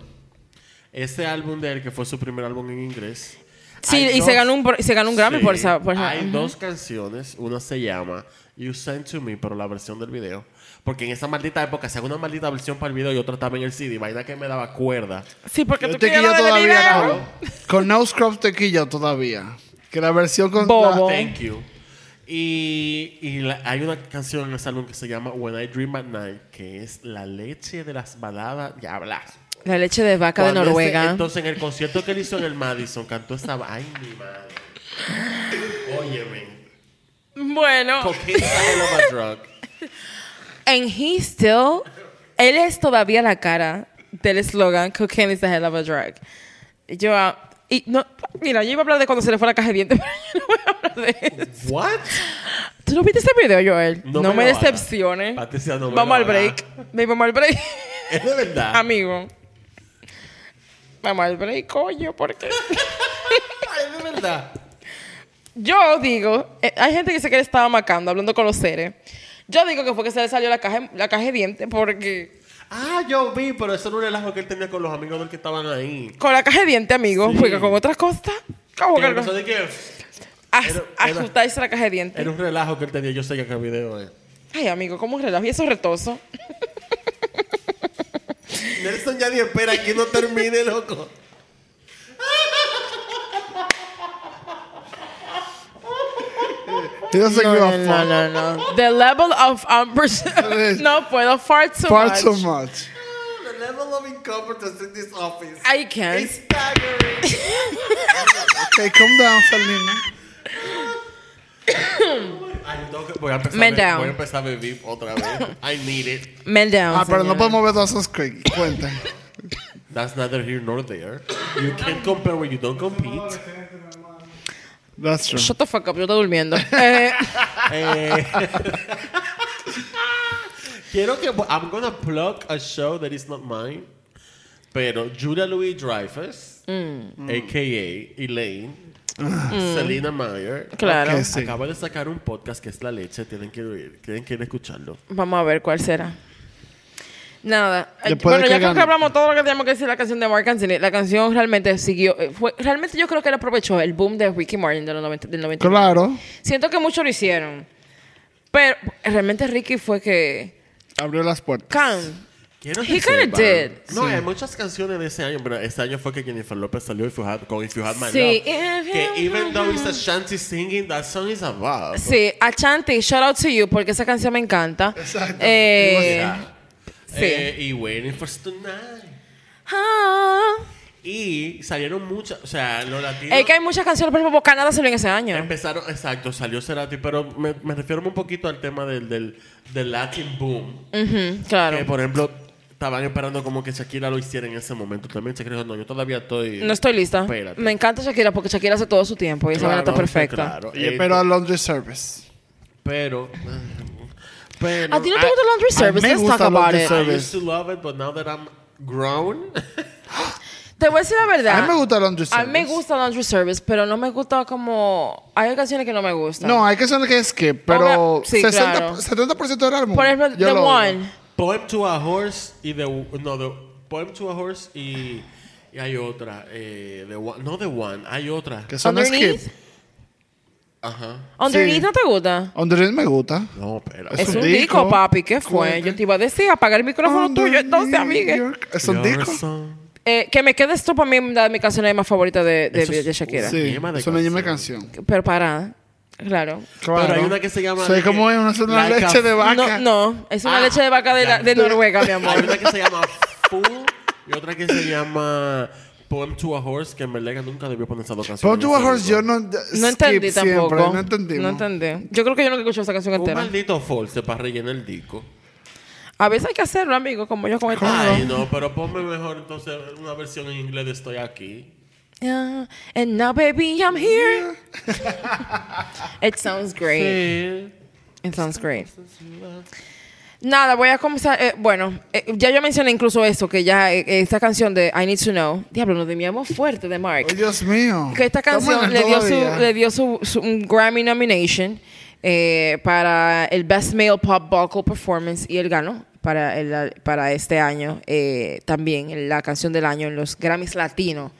S4: Ese álbum de él, que fue su primer álbum en inglés.
S3: sí,
S4: hay
S3: y se
S4: dos-
S3: ganó un, bro- y se ganó un Grammy
S4: Sí,
S3: por esa. Por esa-
S4: Hay
S3: Ujú.
S4: dos canciones. Una se llama You Sent to Me, pero la versión del video. Porque en esa maldita época se hago una maldita versión para el video y otra también el CD. Vaina que me daba cuerda.
S3: Sí, porque
S2: Yo
S3: tú
S2: te
S3: querías
S2: quillo
S3: la del
S2: todavía,
S3: video.
S2: cabrón. Con No Scrubs te quillo todavía. Que la versión con...
S3: Bobo.
S4: Thank you. Y, y la- hay una canción en ese álbum que se llama When I Dream at Night, que es la leche de las baladas. Ya hablas.
S3: La leche de vaca
S4: Cuando
S3: de
S4: ese-
S3: Noruega.
S4: entonces, en el concierto que él hizo en el Madison, cantó esta. va- Ay, mi madre. Óyeme.
S3: bueno,
S4: Cocaine is a hell of a drug.
S3: and he still, él es todavía la cara del eslogan Cocaine is the hell of a drug. Yo, ah, y no, mira, yo iba a hablar de cuando se le fue la caja de dientes, pero yo no voy a hablar de eso.
S4: ¿What?
S3: ¿Tú no viste ese video, Joel?
S4: No
S3: No,
S4: me
S3: me,
S4: lo hagas.
S3: decepciones.
S4: Patricia, no me lo
S3: Vamos al
S4: hagas.
S3: break. Baby, Vamos al break.
S4: Es de verdad.
S3: Amigo. Vamos al break, coño, porque...
S4: Ay, Es de verdad.
S3: Yo digo, eh, hay gente que dice que él estaba macando, hablando con los seres. Yo digo que fue que se le salió la caja, la caja de dientes porque...
S4: Ah, yo vi, pero eso era un relajo que él tenía con los amigos del que estaban ahí.
S3: Con la caja de dientes, amigo,
S4: Sí.
S3: fue que con otras cosas. Como
S4: Que
S3: que
S4: empezó de que
S3: aj-
S4: era- era-
S3: ajustarse la caja de dientes.
S4: era un relajo que él tenía. Yo sé que acá el video es.
S3: Ay, amigo, ¿cómo un relajo? Y eso es retoso.
S4: Nelson ya ni espera que no termine, loco.
S2: He doesn't give a fuck.
S3: no, no. The level of um,
S2: ver.
S3: no puedo, far too
S2: Far
S3: much.
S2: too much.
S4: The level of incompetence in this office
S3: I can't.
S4: staggering.
S2: Okay, calm down, Salina.
S4: Ay, tengo que- voy, a empezar
S3: Man
S4: a be-
S3: down.
S4: voy a empezar a beber otra vez. I need it.
S3: Man down.
S2: Ah, pero no
S3: señora.
S2: podemos ver todos esos Creek. Cuenta.
S4: That's neither here nor there. You can't compare when you don't compete.
S2: That's true.
S3: Shut the fuck up, yo estoy durmiendo. Eh,
S4: Eh, Quiero que I'm gonna plug a show that is not mine. Pero Julia Louis Dreyfus, aka Elaine, Selena Meyer,
S3: claro.
S2: Ok, sí.
S4: acaba de sacar un podcast que es La Leche. Tienen que oír, tienen que ir a escucharlo.
S3: Vamos a ver cuál será. Nada. eh,
S2: Después de
S3: Bueno,
S2: que
S3: ya creo
S2: gane.
S3: que hablamos todo lo que teníamos que decir de la canción de Mark Anthony. La canción realmente siguió. eh, Fue, realmente yo creo que él aprovechó el boom de Ricky Martin de los 90 del 90.
S2: Claro.
S3: Siento que muchos lo hicieron. Pero realmente Ricky fue que.
S2: Abrió las puertas.
S3: Can.
S4: Quiero
S3: He kinda
S4: sepan-
S3: did.
S4: No, hay muchas canciones de ese año, pero este año fue que Jennifer López salió If You Had- con If You Had My
S3: Sí.
S4: Love. Que even though it's a shanty singing, that song is about.
S3: Sí, Achanti, shout out to you porque esa canción me encanta.
S2: Exacto.
S3: Eh,
S4: Yeah.
S3: sí.
S4: Eh, y Waiting for Tonight.
S3: ah.
S4: Y salieron muchas, o sea, los latinos
S3: Es que hay muchas canciones, por ejemplo, Canadá salió en ese año.
S4: empezaron, exacto, salió Cerati, pero me, me refiero un poquito al tema del, del, del Latin Boom.
S3: Ujú, claro.
S4: Que, por ejemplo, estaban esperando como que Shakira lo hiciera en ese momento. También Shakira dijo, no, yo todavía estoy...
S3: No estoy lista.
S4: Espérate.
S3: Me encanta Shakira porque Shakira hace todo su tiempo y esa
S4: Claro,
S3: vaina está perfecta.
S4: Claro.
S2: Y
S4: Eh,
S2: pero a laundry service.
S4: Pero. Pero.
S3: ¿A ti no te gusta el laundry
S2: a mí
S3: service?
S2: me
S3: Let's
S2: gusta
S3: talk about
S2: laundry
S3: it.
S2: service.
S4: I used to love it, but now that I'm grown.
S3: Te voy a decir la verdad.
S2: A mí me gusta el Laundry
S3: A mí me
S2: Service.
S3: gusta Laundry Service, pero no me gusta como. Hay canciones que no me gustan.
S2: No, hay que ser que skip, pero
S3: Obvia- sí,
S2: 60,
S3: claro.
S2: 70% del álbum.
S3: Por ejemplo,
S2: yo
S3: The
S2: lo odio.
S3: One.
S4: Poem to a Horse y The... No, the, Poem to a Horse y... Y hay otra. Eh, the one, no The One. Hay otra.
S2: Que son
S3: Underneath.
S2: skip.
S4: Ajá.
S3: Underneath
S2: Sí.
S3: no te gusta.
S2: Underneath me gusta.
S4: No, pero...
S2: Es
S3: Es,
S2: un
S3: un disco,
S2: disco.
S3: papi. ¿Qué fue? Yo te iba a decir, apagar el micrófono tuyo, entonces, amiga.
S2: Underneath, Es un disco.
S3: Eh, que me quede esto para mí, una de mis canciones más favoritas de, de,
S4: Eso es-
S3: de Shakira.
S4: Sí.
S2: Sí,
S4: Yema de
S2: es una yema de
S4: canción.
S2: canción.
S3: Pero parada. Claro.
S2: Claro.
S4: Pero hay una que se llama...
S2: Soy
S4: de que-
S2: como una, es una
S4: Like a-
S2: leche de vaca.
S3: No, no. Es una
S4: Ah,
S3: leche de vaca de, la-
S4: ya.
S3: de Noruega, mi amor.
S4: Hay una que se llama Fool y otra que se llama Poem to a Horse, que en verdad que nunca debió poner esas dos canciones.
S2: Pero tú, Horse, yo no.
S3: No entendí tampoco.
S2: No entendí.
S3: No entendí. Yo creo que yo nunca escuché esa canción
S4: Un
S3: entera.
S4: maldito false para rellenar el disco.
S3: A veces hay que hacerlo, amigo, como yo con el
S4: Ay, no, pero ponme mejor entonces una versión en inglés de Estoy Aquí.
S3: Yeah, And now, baby, I'm here. It sounds great.
S4: Sí.
S3: It sounds great. Nada, voy a comenzar. eh, bueno, eh, ya yo mencioné incluso esto, que ya eh, esta canción de I Need to Know. Diablo, nos demiamos fuerte de Mark.
S2: Oh, Dios mío.
S3: que esta canción
S2: Estamos
S3: le
S2: en
S3: dio, su,
S2: todavía.
S3: le dio su, su- un Grammy nomination eh, para el Best Male Pop Vocal Performance y él ganó para, el- para este año eh, también la canción del año en los Grammys Latinos.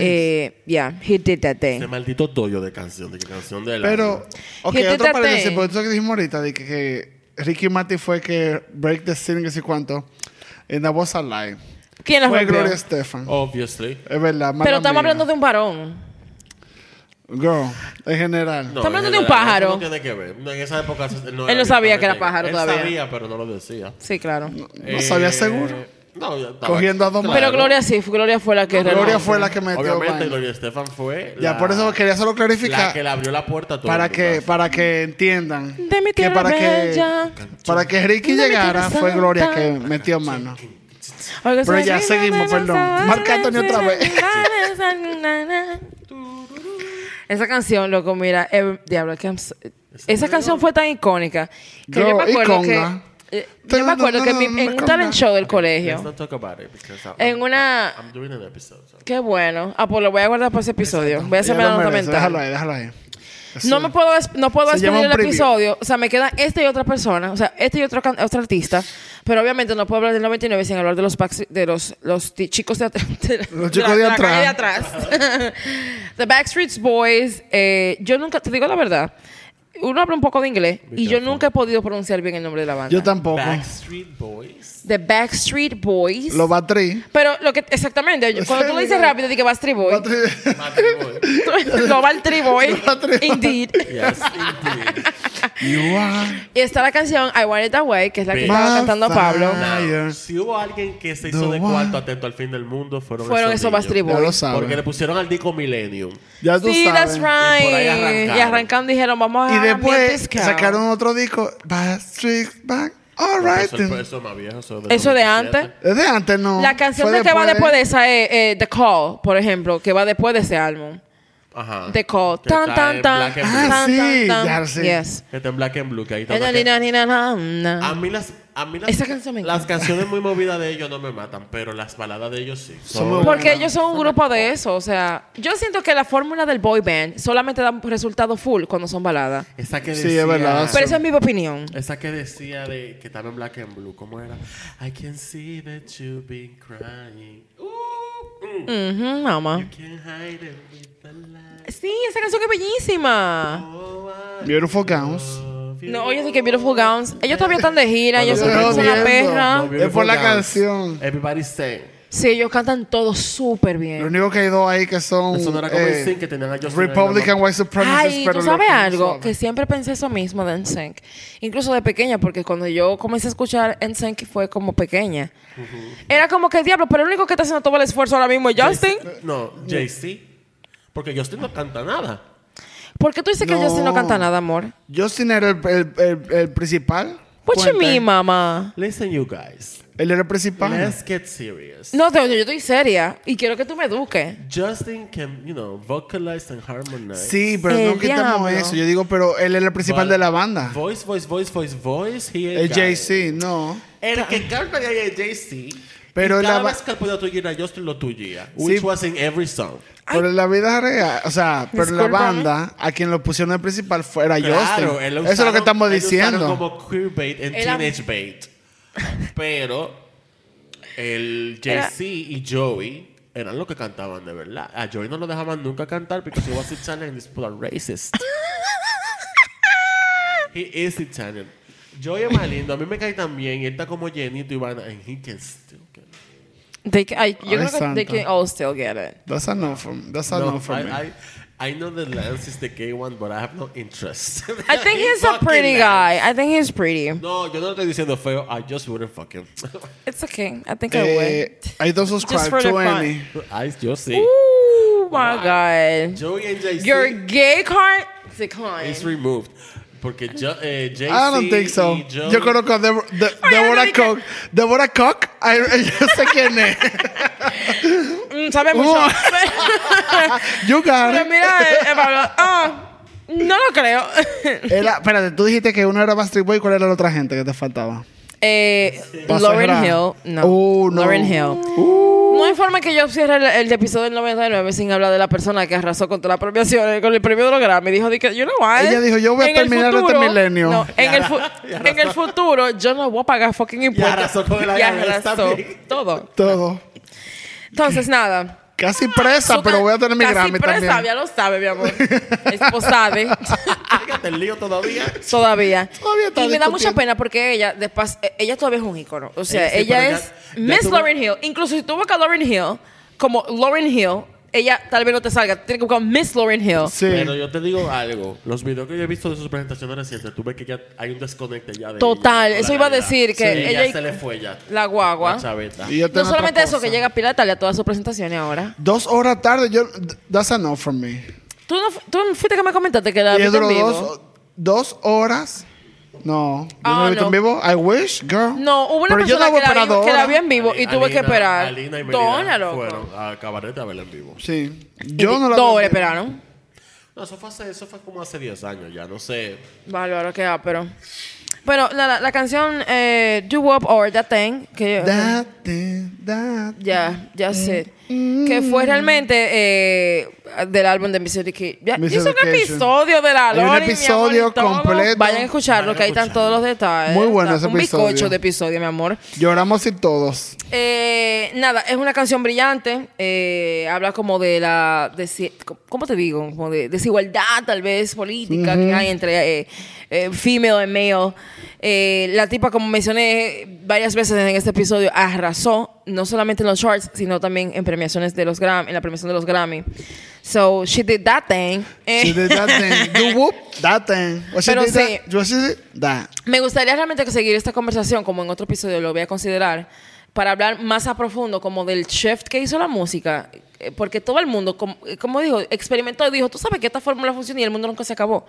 S3: eh,
S2: Nice.
S3: yeah, he did that
S4: Ese
S3: thing.
S4: maldito doyo de canción, de que canción de la.
S2: Pero, ok,
S3: Gente,
S2: otro
S3: trate.
S2: paréntesis, porque eso que dijimos ahorita, de que, que Ricky Martin fue que break the scene, que sé cuánto, en la voz alive.
S3: ¿Quién la
S2: Fue
S3: rompió?
S2: Gloria Estefan.
S4: Obviously.
S2: Es verdad, mala
S3: Pero estamos
S2: amiga.
S3: hablando de un varón.
S2: Girl, en general.
S4: No,
S3: Está hablando
S4: en
S3: de un
S4: general,
S3: pájaro.
S4: eso No tiene que ver. No, En esa época él no,
S3: Él no sabía que era pájaro
S4: él
S3: todavía.
S4: sabía, pero no lo decía.
S3: Sí, claro.
S2: No
S4: Eh,
S2: sabía seguro.
S4: No, ya estaba-
S2: Cogiendo a dos
S4: claro.
S3: Pero Gloria sí, Gloria fue la que...
S2: Gloria fue la que metió
S4: Obviamente,
S2: vaina.
S4: Gloria Estefan fue.
S2: Ya,
S4: la-
S2: por eso quería solo
S4: La
S2: clarificar
S4: que le abrió la puerta a todo
S2: para
S4: el
S2: que
S4: mundo.
S2: para que entiendan
S3: De mi
S2: que
S3: tierra
S2: para que
S3: bella.
S2: para que Ricky
S3: De mi
S2: llegara
S3: tierra
S2: fue Gloria
S3: santa.
S2: que metió mano.
S3: Oiga,
S2: Pero
S3: soy
S2: ya,
S3: linda,
S2: seguimos,
S3: me
S2: perdón.
S3: gusta
S2: Marc Anthony otra vez.
S3: Esa canción, loco, mira, eh, diablo, que I'm so- esa canción fue tan icónica que yo,
S2: Yo,
S3: me acuerdo
S2: iconga.
S3: que eh, yo me acuerdo que en mi- en un talent show del
S4: Let's
S3: colegio,
S4: not talk about it because I'm-
S3: en una,
S4: I'm doing an episode. so-
S3: qué bueno, ah, pues lo voy a guardar para ese episodio, voy a hacerme
S2: Ella
S3: la
S2: lo
S3: nota
S2: merece, Déjalo
S3: mental.
S2: ahí, déjalo ahí.
S3: No me puedo, des- no puedo
S2: Se llama
S3: despedir el
S2: un preview.
S3: episodio. O sea, me queda este y otra persona. O sea, este y otro, can- otro artista. Pero obviamente no puedo hablar del 99 sin hablar de los, backs- de los, los ti- chicos de, atrás de la-
S2: Los
S3: de la-
S2: chicos de
S3: la
S2: atrás.
S3: calle de atrás. The Backstreet Boys. eh, yo nunca, te digo la verdad, uno habla un poco de inglés y yo nunca he podido pronunciar bien el nombre de la banda.
S2: Yo tampoco.
S4: Backstreet Boys.
S3: The Backstreet Boys.
S2: Lo batrí.
S3: pero lo que, exactamente, yo- cuando tú lo dices rápido, dije Backstreet Boy.
S2: Batrí.
S4: Backstreet Boys.
S3: Lo va el tri boy.
S2: Backstreet Boy.
S3: Indeed.
S4: Yes, indeed.
S2: You are
S3: Y está la canción I Want It That Way, que es la que
S4: Big.
S3: estaba cantando Pablo.
S2: Now,
S4: Si hubo alguien que se hizo
S2: The
S4: de cuarto
S2: one.
S4: atento al fin del mundo, fueron,
S3: Fueron esos Backstreet
S4: niños.
S2: Ya lo
S3: Boys.
S2: Boys.
S4: Porque le pusieron al disco Millennium.
S2: Ya tú
S3: Sí,
S2: sabes.
S3: that's right. Ah,
S4: Y por ahí arrancaron.
S3: Y arrancando dijeron, vamos a
S2: Y
S3: ambiente
S2: después
S3: ska.
S2: sacaron otro disco, Backstreet Back. All right.
S4: Eso,
S2: then.
S4: eso es más viejo. Eso,
S3: Eso
S4: 97.
S3: de antes.
S2: Es de antes, no.
S3: La canción
S2: Fue
S3: de que va después de esa es eh, The Call, por ejemplo, que va después de ese álbum.
S4: Ajá.
S3: The Call.
S4: Que
S3: Tan,
S4: está
S3: tan,
S4: en
S3: tan.
S4: Black and Blue.
S2: Ah,
S3: Tan,
S2: sí,
S3: tan, tan.
S2: ya sí.
S3: Yes.
S4: Que está en Black and Blue. Que Ah, ahí está.
S3: Na,
S4: Black and-
S3: na, na, na, na,
S4: A
S3: na.
S4: mí las, a mí las,
S3: Esa canción me
S4: las
S3: encanta.
S4: canciones muy movidas de ellos no me matan, pero las baladas de ellos sí.
S2: Son
S4: Son-
S2: muy
S3: Porque
S2: buenas.
S3: ellos son un grupo de eso, o sea, yo siento que la fórmula del boy band solamente da un resultado full cuando son baladas.
S4: Esa que
S2: Sí,
S4: decía,
S2: es verdad.
S3: Pero esa es mi opinión.
S4: Esa que decía de que estaba en Black and Blue, ¿cómo era? I can see that you've been crying. Ooh, mm,
S3: Ujú, mamá.
S4: You can hide it with the light.
S3: Sí, esa canción es bellísima.
S4: Oh, I
S2: Beautiful Gowns.
S4: love you.
S3: No, oye, sí que Beautiful Gowns. Ellos todavía están de gira, ellos son
S2: Cuando se
S3: una
S2: viendo,
S3: perra.
S4: No, Beautiful
S2: Es por la
S4: Gowns.
S2: canción.
S4: Everybody sing.
S3: Sí, ellos cantan todo súper
S2: Lo
S3: bien.
S2: único que hay dos ahí que son
S4: Eso no era como
S2: eh,
S4: el sing que tenían a Justin
S2: Republican White Supremacists.
S3: Ay,
S2: pero
S3: tú
S2: lo
S3: sabes
S2: que no
S3: algo,
S2: saben.
S3: que siempre pensé eso mismo de NSYNC. Incluso de pequeña, porque cuando yo comencé a escuchar NSYNC fue como pequeña. Era como que, diablo, pero el único que está haciendo todo el esfuerzo ahora mismo es Justin.
S4: Jay-Z. No, JC. Porque Justin no canta nada.
S3: ¿Por qué tú dices que
S2: No.
S3: Justin no canta nada, amor?
S2: Justin era el, el, el, el principal.
S3: What you
S2: Puente.
S3: mean, mamá?
S4: Listen, you guys.
S2: Él era el principal.
S4: Let's get serious.
S3: No, te- yo estoy seria y quiero que tú me eduques.
S4: Justin can, you know, vocalize and harmonize.
S2: Sí, pero
S3: El
S2: no quitamos
S3: Eh, diablo.
S2: eso. Yo digo, pero él era el principal
S4: But
S2: de la banda.
S4: Voice, voice, voice, voice, voice. He
S2: El
S4: got it.
S2: Jay-Z, no.
S4: El que canta de ahí es Jay-Z.
S2: Pero
S4: y cada
S2: la va-
S4: vez que él podía tuyir a Justin lo tuyía.
S2: Sí.
S4: Which was in every song.
S2: Pero en la vida real, o sea, pero en la
S3: Discúlpame.
S2: banda, a quien lo pusieron el principal fuera
S4: Claro,
S2: Justin.
S4: él lo
S2: Eso es lo
S4: usaron-
S2: que estamos
S4: él lo usaron
S2: diciendo.
S4: como queer bait en
S3: Era-
S4: teenage bait. Pero el Jay-Z y Joey eran los que cantaban de verdad. A Joey no lo dejaban nunca cantar porque he was Italian and is put racist. he is Italian. Joey es más lindo. A mí me cae tan bien. Él está como llenito y van. And he can still get it.
S3: They can, I,
S2: Ay,
S3: yo creo que they
S2: santo.
S3: can all still get it.
S2: That's a no for me. That's a no,
S4: No,
S2: for me.
S4: I, I, I know that Lance is the gay one, but I have no interest.
S3: I think he's a
S4: Fucking Lance.
S3: pretty guy. I think he's pretty.
S4: No, yo no lo estoy diciendo feo. I just wouldn't fuck him.
S3: It's okay. I think I would.
S2: Eh, I don't subscribe
S3: for the
S2: to
S3: fun.
S2: any.
S4: I, yo sí.
S3: Oh my God.
S4: Joey and Jay-Z
S3: Your gay card declined.
S4: is removed. Porque yo, eh, Jay-Z
S2: I don't think so.
S4: y Joey...
S2: Yo conozco a Debra- De-
S3: Oye,
S2: Deborah
S3: no
S2: Cook. Deborah Cook. I- yo sé quién es.
S3: Mm, sabe mucho.
S2: Uh. You got
S3: Pero
S2: it.
S3: mira, eh, eh, Pablo, ah, no lo creo.
S2: Era- espérate, tú dijiste que uno era Backstreet Boy. ¿Cuál era la otra gente que te faltaba?
S3: eh,
S2: Pa'
S3: Lauren
S2: cerrar.
S3: Hill, no.
S2: Uh, no. Uh.
S3: Lauren Hill. No hay forma que yo cierre el, el episodio del 99 sin hablar de la persona que arrasó con toda la apropiación, eh, con el premio de los Grammy. Dijo, de que, you know what?
S2: Ella dijo, yo voy a
S3: En el
S2: terminar este milenio.
S3: No, en, el fu-
S4: Y arrasó.
S3: en el futuro, yo no voy a pagar fucking impuestos.
S4: arrasó con la
S3: Y
S4: cabeza
S3: arrasó
S4: también.
S3: todo.
S2: Todo.
S3: Entonces, nada.
S2: Casi presa,
S3: Su
S2: pero
S3: ca-
S2: voy a tener mi
S3: Ah, casi
S2: Grammy
S3: presa,
S2: también.
S3: ya lo sabe, mi amor. Esposade.
S4: Fíjate el lío todavía.
S3: todavía.
S2: Todavía está
S3: y me da
S2: discutiendo.
S3: mucha pena porque ella, de pas- eh, ella todavía es un ícono. O sea,
S4: Eh, sí,
S3: ella
S4: pero ya-
S3: es
S4: ya
S3: Miss
S4: tuvo-
S3: Lauren Hill. Incluso si tú buscas Lauren Hill, como Lauren Hill, ella tal vez no te salga. Tienes que buscar Miss Lauren Hill.
S2: Sí.
S4: Pero yo te digo algo. Los videos que yo he visto de sus presentaciones recientes, tú ves que ya hay un desconecte ya de
S3: Total,
S4: ella con
S3: eso
S4: la
S3: iba a
S4: realidad.
S3: decir que
S4: Sí,
S3: ella-
S4: ya se le fue ya.
S3: La guagua.
S4: La chaveta.
S2: Y yo
S3: No
S2: tengo otra
S3: solamente eso, que
S2: cosa.
S3: llega Pilar Italia a todas sus presentaciones ahora.
S2: Dos horas tarde, yo, that's a no from me.
S3: ¿Tú no, fu- tú no fuiste que me comentaste que la
S2: Y
S3: viste
S2: yo
S3: en
S2: duró
S3: vivo?
S2: dos, dos horas. No, yo no
S3: Ah,
S2: lo he visto
S3: no.
S2: en vivo. I wish, girl.
S3: No, hubo una
S2: Pero yo
S3: persona
S2: no
S3: que
S2: voy
S3: la, vi,
S2: operadora.
S3: que la vi en vivo y
S4: Ali-
S3: tuve que
S4: Alina-
S3: esperar.
S4: Alina y Melina
S3: Dona, loco.
S4: Fueron a Cabaret a verla en vivo.
S2: Sí. Yo no la
S3: Dos
S2: vi.
S3: horas esperaron.
S4: No, eso fue, hace, eso fue como hace 10 años ya. No sé.
S3: Bárbaro, qué pero Bueno, la, la, la canción eh, Do Wop or That Thing, que
S2: That thing, that-
S3: ya, ya sé, que fue realmente eh, del álbum de Mystery Kid. Ya,
S2: Miss
S3: hizo un
S2: Education.
S3: episodio de la
S2: Hay un
S3: Lori, mi
S2: episodio
S3: amor, y todo.
S2: completo.
S3: Vayan a escucharlo,
S4: Vayan
S3: que
S4: a
S3: ahí están
S4: escucharlo.
S3: todos los detalles.
S2: Muy bueno
S3: Está
S2: ese episodio.
S3: Un bizcocho de episodio, mi amor.
S2: Lloramos y todos.
S3: Eh, nada, es una canción brillante. eh, habla como de la. desi- ¿Cómo te digo? Como de desigualdad, tal vez, política que hay entre eh, eh, female y male. Eh, la tipa, como mencioné varias veces en este episodio, arrasó, no solamente en los charts, sino también en premiaciones de los Grammy, en la premiación de los Grammy. So, she did that thing. Eh,
S2: She did that thing. Do whoop, that thing. What she
S3: Pero
S2: did
S3: sí.
S2: that- what she did that.
S3: Me gustaría realmente que seguir esta conversación, como en otro episodio lo voy a considerar, para hablar más a profundo como del shift que hizo la música. eh, Porque todo el mundo, com- eh, como, dijo, experimentó y dijo, tú sabes que esta fórmula funciona y el mundo nunca se acabó.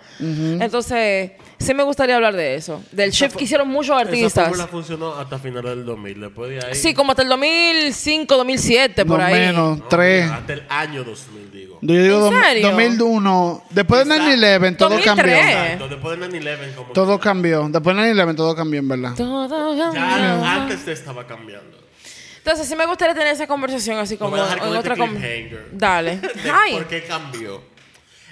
S3: Entonces, sí me gustaría hablar de eso, del shift que hicieron muchos
S4: Esa
S3: artistas.
S4: fórmula funcionó hasta finales del 2000. Después de ahí...
S3: Sí, como hasta el 2005, 2007, por
S2: No
S3: ahí.
S2: menos,
S4: No,
S2: tres.
S4: Hasta el año 2000,
S3: Eh.
S4: digo.
S2: Yo digo
S3: ¿En
S2: dos-
S3: serio?
S2: 2001. Después de 9-11 todo
S3: 2003.
S2: cambió.
S4: Exacto, después de 9-11 como
S2: Todo cambió. Después de 9-11 todo cambió, en verdad.
S3: Todo
S4: Ya antes te estaba cambiando.
S3: Entonces, sí me gustaría tener esa conversación así como
S4: voy a dejar
S3: en
S4: con
S3: otra...
S4: este
S3: com-
S4: cliffhanger.
S3: Dale.
S4: De
S3: Ay.
S4: ¿Por qué cambió?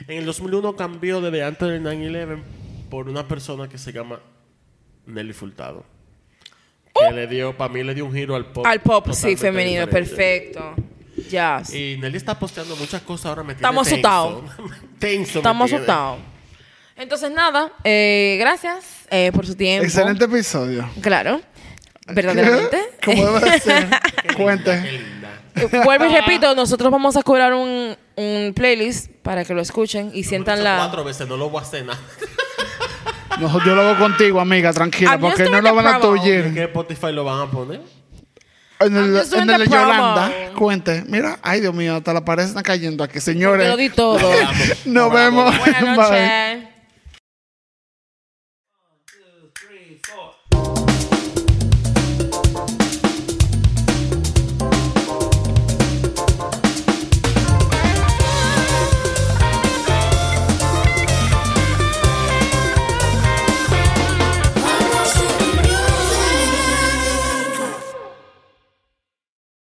S4: En el 2001 cambió desde antes del 9-11 por una persona que se llama Nelly Furtado. Que le dio, para mí le dio un giro al pop.
S3: Oh. Al pop, sí,
S4: totalmente
S3: femenino,
S4: diferente.
S3: perfecto. Jazz.
S4: Y Nelly está posteando muchas cosas ahora. Me tiene
S3: Estamos
S4: tenso.
S3: asustados.
S4: tenso. me
S3: Estamos
S4: tiene.
S3: asustados. Entonces, nada, eh, gracias eh, por su tiempo.
S2: Excelente episodio.
S3: Claro, verdaderamente.
S2: ¿Eh?
S3: Eh,
S2: ¿Cómo debe ser?
S4: Qué
S2: Cuente.
S4: linda.
S3: Vuelvo y repito, nosotros vamos a curar un, un playlist para que lo escuchen y sientan la...
S4: Cuatro veces, no lo voy a hacer nada.
S2: No, yo lo hago contigo, amiga, tranquila,
S3: I'm just
S2: porque no
S3: doing
S2: lo
S3: the
S2: van a
S3: promo.
S4: ¿En
S2: tuir.
S4: qué Spotify lo van a poner?
S2: En el,
S3: I'm just
S2: en
S3: doing
S2: el
S3: the promo.
S2: Yolanda, cuente. Mira, ay Dios mío, hasta la pared está cayendo aquí,
S3: Te
S2: señores.
S3: lo di todo.
S4: Lo grabamos, lo
S2: Nos
S4: grabamos.
S2: vemos. Bye.
S3: Buenas noches.